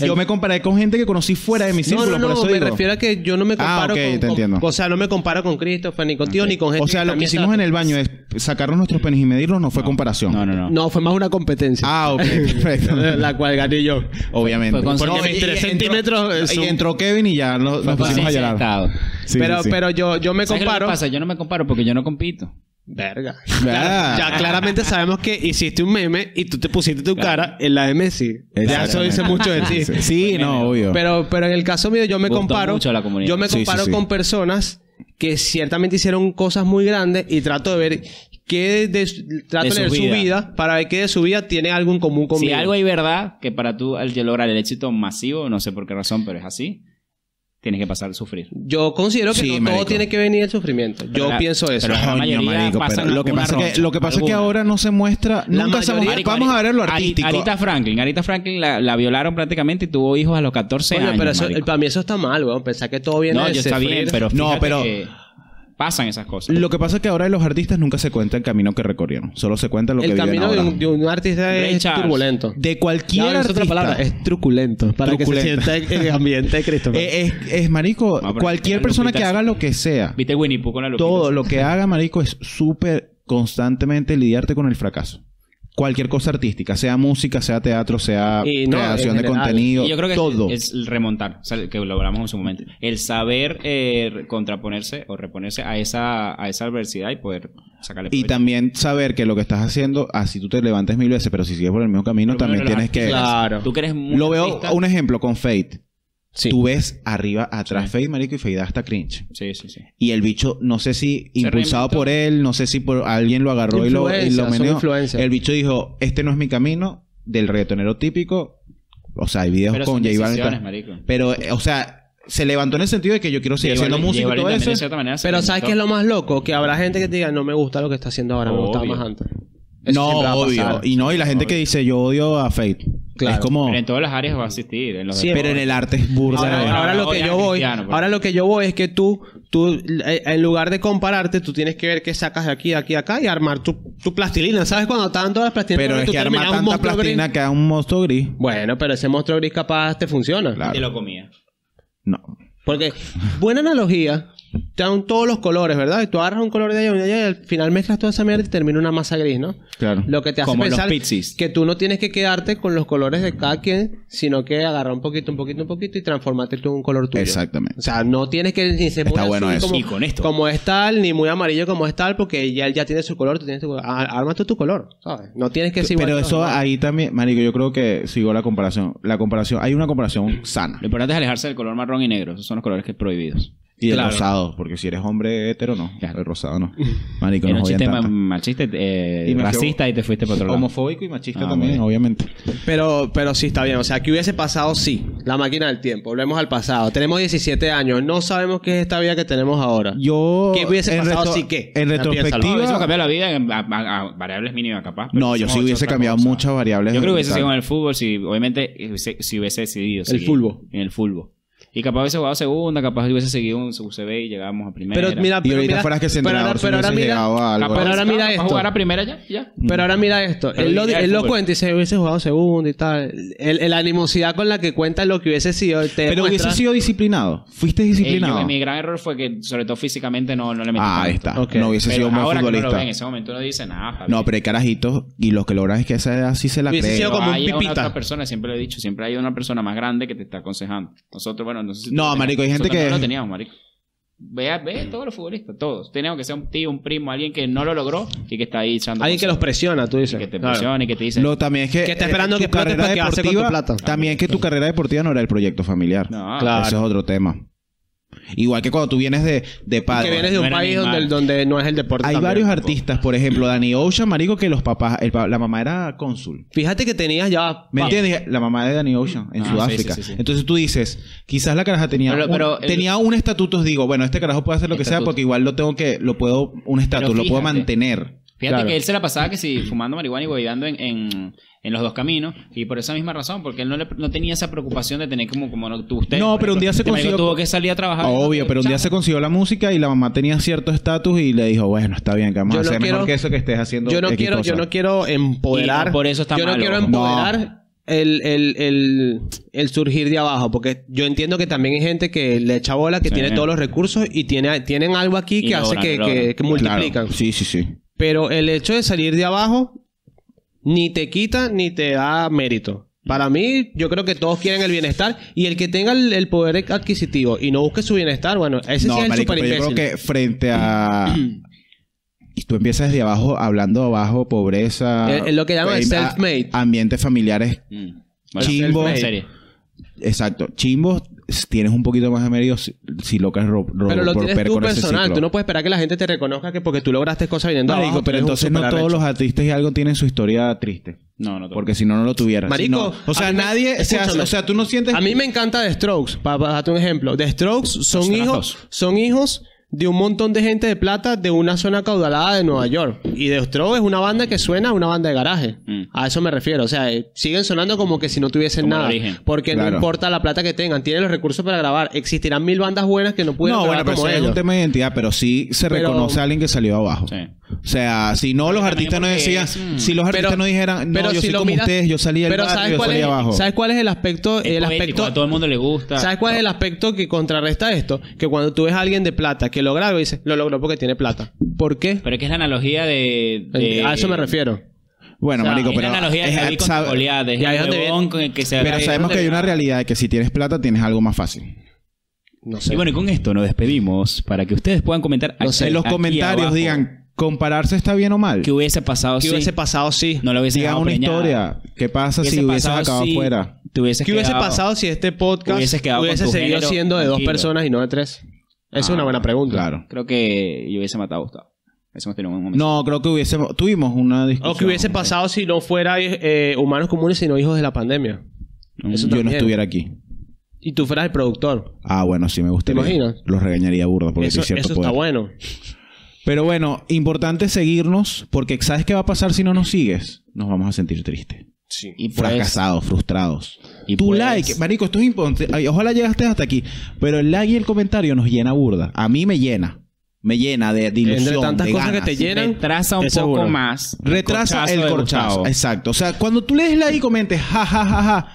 Speaker 2: Yo me comparé con gente que conocí fuera de mi círculo,
Speaker 3: no, no,
Speaker 2: por
Speaker 3: no.
Speaker 2: eso
Speaker 3: Me
Speaker 2: digo.
Speaker 3: refiero a que yo no me
Speaker 2: Ah,
Speaker 3: comparo
Speaker 2: ok,
Speaker 3: con,
Speaker 2: te
Speaker 3: con-
Speaker 2: entiendo.
Speaker 3: O sea, no me comparo con Christopher, ni contigo, ni con gente
Speaker 2: O sea, lo que
Speaker 3: también
Speaker 2: hicimos
Speaker 3: está-
Speaker 2: en el baño es sacarnos nuestros penes y medirlos, no fue comparación.
Speaker 4: No, no, no.
Speaker 3: No, fue más una competencia.
Speaker 2: Ah, ok, perfecto.
Speaker 3: [LAUGHS] la cual gané yo.
Speaker 2: Obviamente.
Speaker 4: Fue con-
Speaker 2: Porque
Speaker 4: No,
Speaker 2: me-
Speaker 4: y-
Speaker 2: y
Speaker 4: y
Speaker 2: entró-
Speaker 3: tres centímetros, es
Speaker 2: Y
Speaker 3: un-
Speaker 2: entró Kevin y ya nos, nos pusimos a
Speaker 4: Conciencia de
Speaker 2: llorar.
Speaker 4: Pues, estado.
Speaker 2: Sí,
Speaker 3: pero,
Speaker 2: sí, sí.
Speaker 3: pero yo, yo me
Speaker 4: ¿Sabes qué es lo que
Speaker 3: comparo.
Speaker 4: pasa? Yo no me comparo porque yo no compito.
Speaker 3: Verga.
Speaker 2: Ah.
Speaker 3: Ya claramente sabemos que hiciste un meme y tú te pusiste tu cara en la de Messi. Ya eso dice
Speaker 2: [LAUGHS]
Speaker 3: mucho de ti.
Speaker 2: Sí, sí, no, obvio.
Speaker 3: Pero, pero en el caso mío, yo me
Speaker 4: Gustó
Speaker 3: comparo.
Speaker 4: mucho a la comunidad.
Speaker 3: Yo me
Speaker 2: Sí, sí,
Speaker 3: comparo
Speaker 2: sí.
Speaker 3: con personas que ciertamente hicieron cosas muy grandes y trato de ver qué de,
Speaker 4: De
Speaker 3: trato de
Speaker 4: su
Speaker 3: leer su
Speaker 4: vida.
Speaker 3: vida para ver qué de su vida tiene algo en común conmigo.
Speaker 4: Si algo hay verdad que para tú al lograr el éxito masivo, no sé por qué razón, pero es así, tienes que pasar a sufrir.
Speaker 3: Yo considero que
Speaker 2: Sí,
Speaker 3: no
Speaker 2: marico.
Speaker 3: todo tiene que venir el sufrimiento. Yo
Speaker 4: Pero la-
Speaker 3: pienso eso.
Speaker 4: pero la gran
Speaker 2: Coño,
Speaker 4: mayoría
Speaker 2: marico,
Speaker 4: pasan
Speaker 2: pero lo que
Speaker 4: alguna
Speaker 2: pasa es que,
Speaker 4: roncha,
Speaker 2: lo que pasa es que
Speaker 4: alguna.
Speaker 2: ahora no se muestra.
Speaker 3: La
Speaker 2: nunca se
Speaker 3: mayoría-
Speaker 2: muestra- Vamos a ver lo
Speaker 4: Ari-
Speaker 2: artístico.
Speaker 4: Arita Franklin. Arita Franklin la, la violaron prácticamente y tuvo hijos a los 14
Speaker 3: Coño,
Speaker 4: años.
Speaker 3: pero eso-
Speaker 4: marico.
Speaker 3: para mí eso está mal, weón. Pensar que todo viene
Speaker 4: no,
Speaker 3: de
Speaker 4: yo está
Speaker 3: sufrir.
Speaker 4: bien, pero
Speaker 2: No,
Speaker 4: fíjate
Speaker 2: pero-
Speaker 4: que pasan esas cosas.
Speaker 2: Lo que pasa es que ahora los artistas nunca se cuenta el camino que recorrieron. Solo se cuenta lo que
Speaker 3: el
Speaker 2: viven
Speaker 3: camino de
Speaker 2: ahora.
Speaker 3: un, de un artista
Speaker 4: Ray
Speaker 3: es
Speaker 4: Charles.
Speaker 3: turbulento.
Speaker 2: De cualquier
Speaker 3: No, es
Speaker 2: artista.
Speaker 3: otra palabra, es truculento. Para que se
Speaker 2: Truculento.
Speaker 3: sienta en el ambiente de pues. Christopher.
Speaker 2: Eh, es, es, marico,
Speaker 4: pero
Speaker 2: cualquier
Speaker 4: la
Speaker 2: persona
Speaker 4: Lupita
Speaker 2: que
Speaker 4: sí.
Speaker 2: haga lo que sea,
Speaker 4: ¿Viste Winnie Pooh con la lupita?
Speaker 2: todo lo que haga, marico, es súper constantemente lidiarte con el fracaso. Cualquier cosa artística, sea música, sea teatro, sea
Speaker 3: Y no,
Speaker 2: creación
Speaker 3: en
Speaker 2: de
Speaker 3: general.
Speaker 2: contenido,
Speaker 4: Y yo creo que
Speaker 2: todo.
Speaker 4: es el remontar, o sea, el que lo hablamos en su momento. El saber eh, contraponerse o reponerse a esa, a esa adversidad y poder sacarle
Speaker 2: y
Speaker 4: provecho.
Speaker 2: también saber que lo que estás haciendo, así tú te levantes mil veces, pero si sigues por el mismo camino,
Speaker 4: Pero
Speaker 2: también
Speaker 4: bueno,
Speaker 2: tienes
Speaker 4: los
Speaker 2: que...
Speaker 4: artistas,
Speaker 3: Claro.
Speaker 4: Tú que eres muy
Speaker 2: Lo veo,
Speaker 4: artista-
Speaker 2: un ejemplo con Fate.
Speaker 3: Sí.
Speaker 2: Tú ves arriba, atrás
Speaker 4: Sí.
Speaker 2: Fate, marico, y Fate da hasta cringe.
Speaker 4: Sí, sí, sí.
Speaker 2: Y el bicho, no sé si impulsado
Speaker 4: reinventó.
Speaker 2: por él, no sé si por alguien lo agarró y lo, y lo
Speaker 3: Influencia, son
Speaker 2: meneó.
Speaker 3: influencia.
Speaker 2: El bicho dijo, este no es mi camino del reggaetonero típico. O sea, hay videos
Speaker 4: Pero
Speaker 2: con
Speaker 4: son
Speaker 2: J Balvin. y
Speaker 4: decisiones,
Speaker 2: tal.
Speaker 4: marico.
Speaker 2: Pero, eh, o sea, se levantó en el sentido de que yo quiero seguir haciendo
Speaker 4: J Balvin-
Speaker 2: música y
Speaker 4: J
Speaker 2: todo
Speaker 4: Balvin también, de
Speaker 2: eso.
Speaker 4: cierta manera, se
Speaker 3: Pero ¿sabes
Speaker 4: reinventó.
Speaker 3: qué es lo más loco? Que habrá gente que te diga, no me gusta lo que está haciendo ahora, me gustaba
Speaker 4: Obvio.
Speaker 3: más antes. Eso
Speaker 2: No,
Speaker 3: siempre va a
Speaker 2: obvio.
Speaker 3: pasar.
Speaker 2: Y no, y la gente que dice, yo odio a Fate.
Speaker 3: Claro.
Speaker 2: Es como...
Speaker 4: Pero en todas las áreas va a asistir. En los
Speaker 3: Sí,
Speaker 2: Pero en el arte es burda.
Speaker 3: Ahora,
Speaker 2: de-
Speaker 4: Bueno,
Speaker 3: ahora lo que
Speaker 4: odian
Speaker 3: yo
Speaker 4: a
Speaker 3: voy,
Speaker 4: Cristiano,
Speaker 2: pues.
Speaker 4: pero-
Speaker 3: ahora lo que yo voy es que tú, tú, eh, en lugar de compararte, tú tienes que ver qué sacas de aquí, de aquí, de acá y armar tu, tu plastilina. ¿Sabes cuando estaban todas las plastilinas?
Speaker 2: Pero es
Speaker 3: tú
Speaker 2: que arma
Speaker 3: terminabas un
Speaker 2: tanta
Speaker 3: monstruo
Speaker 2: plastilina
Speaker 3: gris?
Speaker 2: que da un monstruo gris.
Speaker 3: Bueno, pero ese monstruo gris capaz te funciona.
Speaker 2: Claro.
Speaker 4: te lo comía.
Speaker 2: No.
Speaker 3: Porque, buena analogía, te dan todos los colores, ¿verdad? Y tú agarras un color de allá y de allá y al final mezclas toda esa mierda y termina una masa gris, ¿no?
Speaker 2: Claro.
Speaker 3: Lo que te hace
Speaker 4: Como los
Speaker 3: pensar
Speaker 4: pizzis.
Speaker 3: que tú no tienes que quedarte con los colores de cada quien, sino que agarrar un poquito, un poquito, un poquito y transformarte tú en un color tuyo.
Speaker 2: Exactamente.
Speaker 3: O sea, no tienes que ni ser
Speaker 2: Está
Speaker 3: muy
Speaker 2: bueno
Speaker 3: azul
Speaker 2: eso.
Speaker 3: Como,
Speaker 4: Y con esto.
Speaker 3: como es tal, ni muy amarillo como es tal, porque ya él ya tiene su color, tú tienes tu color. Ah, Arma tú tu color, ¿sabes? No tienes que ser igual
Speaker 2: Pero
Speaker 3: que los
Speaker 2: eso
Speaker 3: demás.
Speaker 2: ahí también, marico, yo creo que sigo la comparación. La comparación, hay una comparación sana.
Speaker 4: Lo importante es alejarse del color marrón y negro. Esos son los colores que prohibidos.
Speaker 2: Y el
Speaker 3: Claro.
Speaker 2: rosado, porque si eres hombre hetero, no.
Speaker 4: Claro.
Speaker 2: El rosado no. Marico,
Speaker 4: [LAUGHS] Era
Speaker 2: no
Speaker 4: un
Speaker 2: jodían
Speaker 4: chiste
Speaker 2: tanto.
Speaker 4: ma- machista, eh,
Speaker 2: Y me
Speaker 4: racista y te fuiste para otro lado.
Speaker 2: Homofóbico y machista
Speaker 4: Ah,
Speaker 2: también,
Speaker 4: bueno.
Speaker 2: obviamente.
Speaker 3: Pero, pero sí está bien. O sea, que hubiese pasado, sí. La máquina del tiempo. Volvemos al pasado. Tenemos 17 años. No sabemos qué es esta vida que tenemos ahora.
Speaker 2: Yo.
Speaker 3: ¿Qué hubiese
Speaker 2: en
Speaker 3: pasado
Speaker 2: retro-
Speaker 3: si qué?
Speaker 2: En
Speaker 3: Ya piénsalo.
Speaker 4: No, eso
Speaker 2: retrospectiva.
Speaker 4: cambió la vida en- a, a- a variables mínimas, capaz. pero
Speaker 2: No, yo
Speaker 4: somos
Speaker 2: sí
Speaker 4: otra
Speaker 2: hubiese cambiado
Speaker 4: cosa.
Speaker 2: muchas variables.
Speaker 4: Yo creo que hubiese
Speaker 2: tal.
Speaker 4: sido en el fútbol, si obviamente hubiese- si hubiese decidido. seguir
Speaker 3: fulbo.
Speaker 4: En el fútbol. Y capaz hubiese jugado segunda, capaz hubiese seguido un CB y llegábamos a primera.
Speaker 3: Pero mira,
Speaker 2: Y
Speaker 3: pero
Speaker 2: ahorita
Speaker 3: mira-
Speaker 2: fueras que ese
Speaker 3: pero ahora-
Speaker 2: entrenador se
Speaker 3: pero ahora
Speaker 2: hubiese
Speaker 3: mira-
Speaker 2: llegado a algo.
Speaker 4: Capaz
Speaker 3: Pero ahora mira
Speaker 4: capaz
Speaker 3: esto.
Speaker 4: jugar a primera ya, ya.
Speaker 2: Mm.
Speaker 3: Pero ahora mira esto.
Speaker 4: Pero
Speaker 3: él lo,
Speaker 4: diría
Speaker 3: él
Speaker 4: el
Speaker 3: lo
Speaker 4: fútbol.
Speaker 2: pues.
Speaker 3: cuenta y dice, hubiese jugado segundo y tal. El, el animosidad con la que cuenta lo que hubiese sido. Te
Speaker 2: Pero hubiese
Speaker 3: demuestra-
Speaker 2: sido disciplinado. Fuiste
Speaker 4: Eh, yo-
Speaker 2: disciplinado.
Speaker 4: mi gran error fue que, sobre todo físicamente, no, no le metí.
Speaker 2: ah, ahí está.
Speaker 4: tanto.
Speaker 3: Ok.
Speaker 2: No hubiese
Speaker 4: Pero
Speaker 2: sido un buen
Speaker 4: ahora que uno
Speaker 2: futbolista.
Speaker 4: lo ve en ese momento no dice nada. Javier.
Speaker 2: No, pero hay carajitos y los que logran es que esa edad sí se la
Speaker 3: Hubiese
Speaker 2: creen.
Speaker 3: sido
Speaker 4: Pero
Speaker 3: como un
Speaker 4: hay una
Speaker 3: pipita.
Speaker 4: otra persona, siempre lo he dicho, siempre hay una persona más grande que te está aconsejando. Nosotros, bueno, no sé si
Speaker 2: No,
Speaker 4: tú-
Speaker 2: marico, hay gente
Speaker 4: nosotros
Speaker 2: que-
Speaker 4: no lo teníamos, marico. Ve, ve todos los futbolistas, todos. Tenemos que ser un tío, un primo, alguien que no lo logró y que está ahí echando
Speaker 3: Alguien que los
Speaker 4: cosas.
Speaker 3: presiona, tú dices.
Speaker 4: que te
Speaker 3: Claro.
Speaker 4: presione, que te dice.
Speaker 2: Lo también es que. eh,
Speaker 3: Que está esperando
Speaker 2: tu
Speaker 3: que explote
Speaker 2: carrera
Speaker 3: para quedarse con tu
Speaker 2: deportiva-
Speaker 3: plata.
Speaker 2: También que tu carrera deportiva no era el proyecto familiar.
Speaker 4: No,
Speaker 3: Claro.
Speaker 2: Eso es otro tema. Igual que cuando tú vienes de, de padre.
Speaker 3: Que vienes de un
Speaker 4: Bueno,
Speaker 3: país
Speaker 4: Neymar.
Speaker 3: donde, donde no es el deporte.
Speaker 2: Hay
Speaker 3: también.
Speaker 2: varios artistas, por ejemplo, Dani Ocean, marico, que los papás, el pa- la mamá era cónsul.
Speaker 3: Fíjate que tenías ya.
Speaker 2: ¿Me
Speaker 3: pa-
Speaker 2: entiendes? La mamá de Danny Ocean en
Speaker 4: Ah, sí,
Speaker 2: Sudáfrica.
Speaker 4: sí, sí, sí.
Speaker 2: Entonces tú dices, quizás la caraja tenía,
Speaker 4: Pero-
Speaker 2: un,
Speaker 4: pero el-
Speaker 2: tenía un estatuto, digo, bueno, este carajo puede hacer lo que sea
Speaker 4: Estatuto.
Speaker 2: porque igual lo tengo que, lo puedo, un estatus, lo puedo
Speaker 4: fíjate.
Speaker 2: mantener.
Speaker 4: Fíjate
Speaker 3: Claro.
Speaker 4: que él se la pasaba que si fumando marihuana y boideando en, en, en los dos caminos, y por esa misma razón, porque él no, le- no tenía esa preocupación de tener como, como no, tú, usted.
Speaker 2: No, pero un día se
Speaker 4: este marico
Speaker 2: consiguió-
Speaker 4: tuvo que salir a trabajar.
Speaker 2: Ah, Obvio, pero un día se consiguió la música y la mamá tenía cierto estatus y le dijo, bueno, está bien, que vamos
Speaker 3: Yo
Speaker 2: a
Speaker 3: no
Speaker 2: hacer mejor
Speaker 3: quiero-
Speaker 2: que eso que estés haciendo.
Speaker 3: Yo no
Speaker 2: X
Speaker 3: quiero,
Speaker 2: cosa".
Speaker 3: yo no quiero
Speaker 4: Y
Speaker 3: empoderar.
Speaker 4: no por eso está
Speaker 3: Yo no
Speaker 4: malo.
Speaker 3: quiero empoderar el, el, el, el surgir de abajo. Porque yo entiendo que también hay gente que le echa bola, que
Speaker 4: Sí.
Speaker 3: tiene todos los recursos y tiene, tienen algo aquí
Speaker 4: Y
Speaker 3: que hace
Speaker 4: logran,
Speaker 3: que,
Speaker 4: logran.
Speaker 3: que- que
Speaker 2: Claro.
Speaker 3: multiplican.
Speaker 2: Sí, sí, sí.
Speaker 3: Pero el hecho de salir de abajo ni te quita ni te da mérito. Para mí, yo creo que todos quieren el bienestar y el que tenga el, el poder adquisitivo y no busque su bienestar, bueno, ese
Speaker 2: no,
Speaker 3: sí es el
Speaker 2: marico,
Speaker 3: super
Speaker 2: pero yo creo que frente
Speaker 3: [CLEARS THROAT]
Speaker 2: a... Y tú empiezas desde abajo, hablando abajo, pobreza...
Speaker 3: Es- es lo que llaman
Speaker 2: eh,
Speaker 3: self-made.
Speaker 2: a- Ambientes familiares Chimbo.
Speaker 4: Mm. En serio.
Speaker 2: Exacto. Chimbos, s- tienes un poquito más de mérito si, si logras ro- ro-
Speaker 3: Pero lo tienes
Speaker 2: romper
Speaker 3: tú
Speaker 2: con ese
Speaker 3: personal.
Speaker 2: ciclo.
Speaker 3: Tú no puedes esperar que la gente te reconozca que porque tú lograste cosas viniendo
Speaker 2: Marico,
Speaker 3: abajo, tú
Speaker 2: pero
Speaker 3: eres un
Speaker 2: entonces no
Speaker 3: superarrecho.
Speaker 2: todos los artistas y algo tienen su historia triste.
Speaker 4: No, no.
Speaker 2: Porque si no, no lo tuvieras. Si
Speaker 3: Marico,
Speaker 2: no- o sea,
Speaker 3: a mí me-
Speaker 2: nadie... se hace-
Speaker 3: escúchame.
Speaker 2: o sea, tú no sientes...
Speaker 3: A mí me encanta The Strokes, para, darte un ejemplo. The Strokes son
Speaker 4: Los
Speaker 3: hijos,
Speaker 4: Stratos.
Speaker 3: son hijos de un montón de gente de plata de una zona caudalada de
Speaker 2: Mm.
Speaker 3: Nueva York. Y The Strokes es una banda que suena a una banda de garaje.
Speaker 4: Mm.
Speaker 3: A eso me refiero. O sea, eh, siguen sonando como que si no tuviesen
Speaker 4: Como el
Speaker 3: nada.
Speaker 4: origen.
Speaker 3: Porque
Speaker 2: Claro.
Speaker 3: no importa la plata que tengan, tienen los recursos para grabar. Existirán mil bandas buenas que no pueden
Speaker 2: No, bueno,
Speaker 3: grabar
Speaker 2: pero
Speaker 3: como
Speaker 2: ese es un
Speaker 3: ellos.
Speaker 2: tema de identidad, pero sí se
Speaker 3: Pero-
Speaker 2: reconoce a alguien que salió abajo.
Speaker 4: Sí.
Speaker 2: O sea, si no los
Speaker 4: también
Speaker 2: artistas no
Speaker 4: porque
Speaker 2: decían,
Speaker 4: es, mm,
Speaker 2: si los artistas no dijeran, no,
Speaker 3: pero
Speaker 2: yo
Speaker 3: si
Speaker 2: soy
Speaker 3: lo
Speaker 2: como
Speaker 3: miras-
Speaker 2: ustedes, yo salí del
Speaker 3: pero
Speaker 2: barrio,
Speaker 3: ¿sabes
Speaker 2: yo
Speaker 3: cuál
Speaker 2: salí
Speaker 3: es,
Speaker 2: abajo.
Speaker 3: ¿Sabes cuál es el aspecto?
Speaker 4: Es
Speaker 3: el
Speaker 4: poético,
Speaker 3: aspecto
Speaker 4: a todo el mundo le gusta.
Speaker 3: ¿Sabes cuál es el aspecto que contrarresta esto? Que cuando tú ves a alguien de plata que logra algo, dices, lo logró porque tiene plata. ¿Por qué?
Speaker 4: Pero es que es la analogía de. de- Ah,
Speaker 3: a eso me refiero.
Speaker 2: Bueno,
Speaker 3: O sea,
Speaker 2: marico,
Speaker 4: Es
Speaker 2: pero
Speaker 4: la analogía de
Speaker 2: es-
Speaker 4: David con
Speaker 2: sabe-
Speaker 4: Goliat, de
Speaker 3: y ahí es donde
Speaker 4: el huevón con el que se
Speaker 2: pero
Speaker 4: agarra.
Speaker 2: sabemos que hay una realidad de que si tienes plata tienes algo más fácil.
Speaker 3: No sé.
Speaker 4: Y bueno, y con esto nos despedimos para que ustedes puedan comentar
Speaker 3: No
Speaker 4: aquí-
Speaker 3: sé,
Speaker 2: en los
Speaker 4: aquí
Speaker 2: comentarios
Speaker 4: abajo
Speaker 2: digan, ¿compararse está bien o mal?
Speaker 4: qué hubiese pasado
Speaker 3: ¿Qué
Speaker 4: si
Speaker 3: hubiese pasado si?
Speaker 4: no lo hubiese
Speaker 2: Digan
Speaker 4: dejado
Speaker 2: una
Speaker 4: preñada?
Speaker 2: historia. ¿Qué pasa si hubieses
Speaker 4: pasado
Speaker 2: acabado
Speaker 4: si
Speaker 2: afuera?
Speaker 4: te hubieses
Speaker 3: ¿Qué hubiese
Speaker 4: quedado-
Speaker 3: pasado si este podcast
Speaker 4: hubieses quedado con
Speaker 3: hubiese
Speaker 4: tu
Speaker 3: seguido
Speaker 4: género
Speaker 3: siendo de dos
Speaker 4: tranquilo?
Speaker 3: personas y no de tres? Esa es una buena pregunta.
Speaker 2: Claro.
Speaker 4: Creo que yo hubiese matado a Gustavo. Hubiésemos tenido un buen momento.
Speaker 2: No, creo que hubiésemos... Tuvimos una discusión.
Speaker 3: O que hubiese pasado si no fuera eh, humanos comunes, sino hijos de la pandemia. eso
Speaker 2: Mm, Yo no
Speaker 3: también.
Speaker 2: estuviera aquí.
Speaker 3: Y tú fueras el productor.
Speaker 2: Ah, bueno, sí me gustaría.
Speaker 3: ¿Te imaginas?
Speaker 2: Los regañaría burda porque
Speaker 3: Eso,
Speaker 2: es cierto
Speaker 3: eso está
Speaker 2: poder.
Speaker 3: bueno.
Speaker 2: Pero bueno, importante seguirnos porque ¿sabes qué va a pasar si no nos sigues? Nos vamos a sentir tristes.
Speaker 3: Sí.
Speaker 4: Y pues,
Speaker 2: Fracasados, frustrados.
Speaker 4: Y
Speaker 2: tu
Speaker 4: pues-
Speaker 2: like, marico, esto es importante. Ay, Ojalá llegaste hasta aquí. Pero el like y el comentario nos llena burda. A mí me llena. Me llena de, de ilusión,
Speaker 3: Entre tantas
Speaker 2: de
Speaker 3: cosas
Speaker 2: ganas.
Speaker 3: que te llenan.
Speaker 4: retrasa un
Speaker 3: Eso
Speaker 4: poco
Speaker 3: seguro.
Speaker 4: más.
Speaker 2: Retrasa el
Speaker 4: de
Speaker 2: corchazo.
Speaker 4: Gustavo.
Speaker 2: Exacto. O sea, cuando tú le des like y comentes, ja, ja, ja, ja.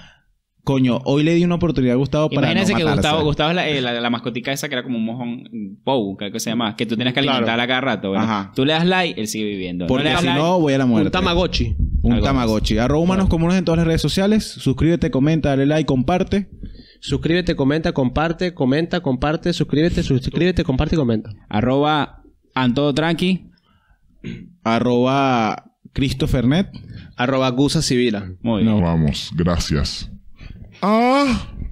Speaker 2: Coño, hoy le di una oportunidad a Gustavo para
Speaker 4: Imagínense
Speaker 2: no
Speaker 4: que
Speaker 2: matarse.
Speaker 4: Gustavo, Gustavo es la, eh, la- la mascotica esa que era como un mojón Pou, creo que se llamaba, que tú tienes que
Speaker 3: Claro.
Speaker 4: alimentarla cada rato. bueno.
Speaker 2: Ajá.
Speaker 4: Tú le das like, él sigue viviendo.
Speaker 2: Porque
Speaker 4: le das
Speaker 2: si
Speaker 4: like,
Speaker 2: no, voy a la muerte.
Speaker 3: Un Tamagotchi.
Speaker 2: Un
Speaker 4: Algo
Speaker 2: Tamagotchi. Arroba humanos comunes en todas las redes sociales. Suscríbete, comenta, dale like, comparte.
Speaker 3: Suscríbete, comenta, comparte, comenta, comparte, suscríbete, suscríbete, comparte y comenta.
Speaker 4: Arroba Antodo Tranqui.
Speaker 2: Arroba Cristofernet.
Speaker 3: Arroba Gusa Civila.
Speaker 4: Muy bien.
Speaker 6: No vamos, gracias. Ah.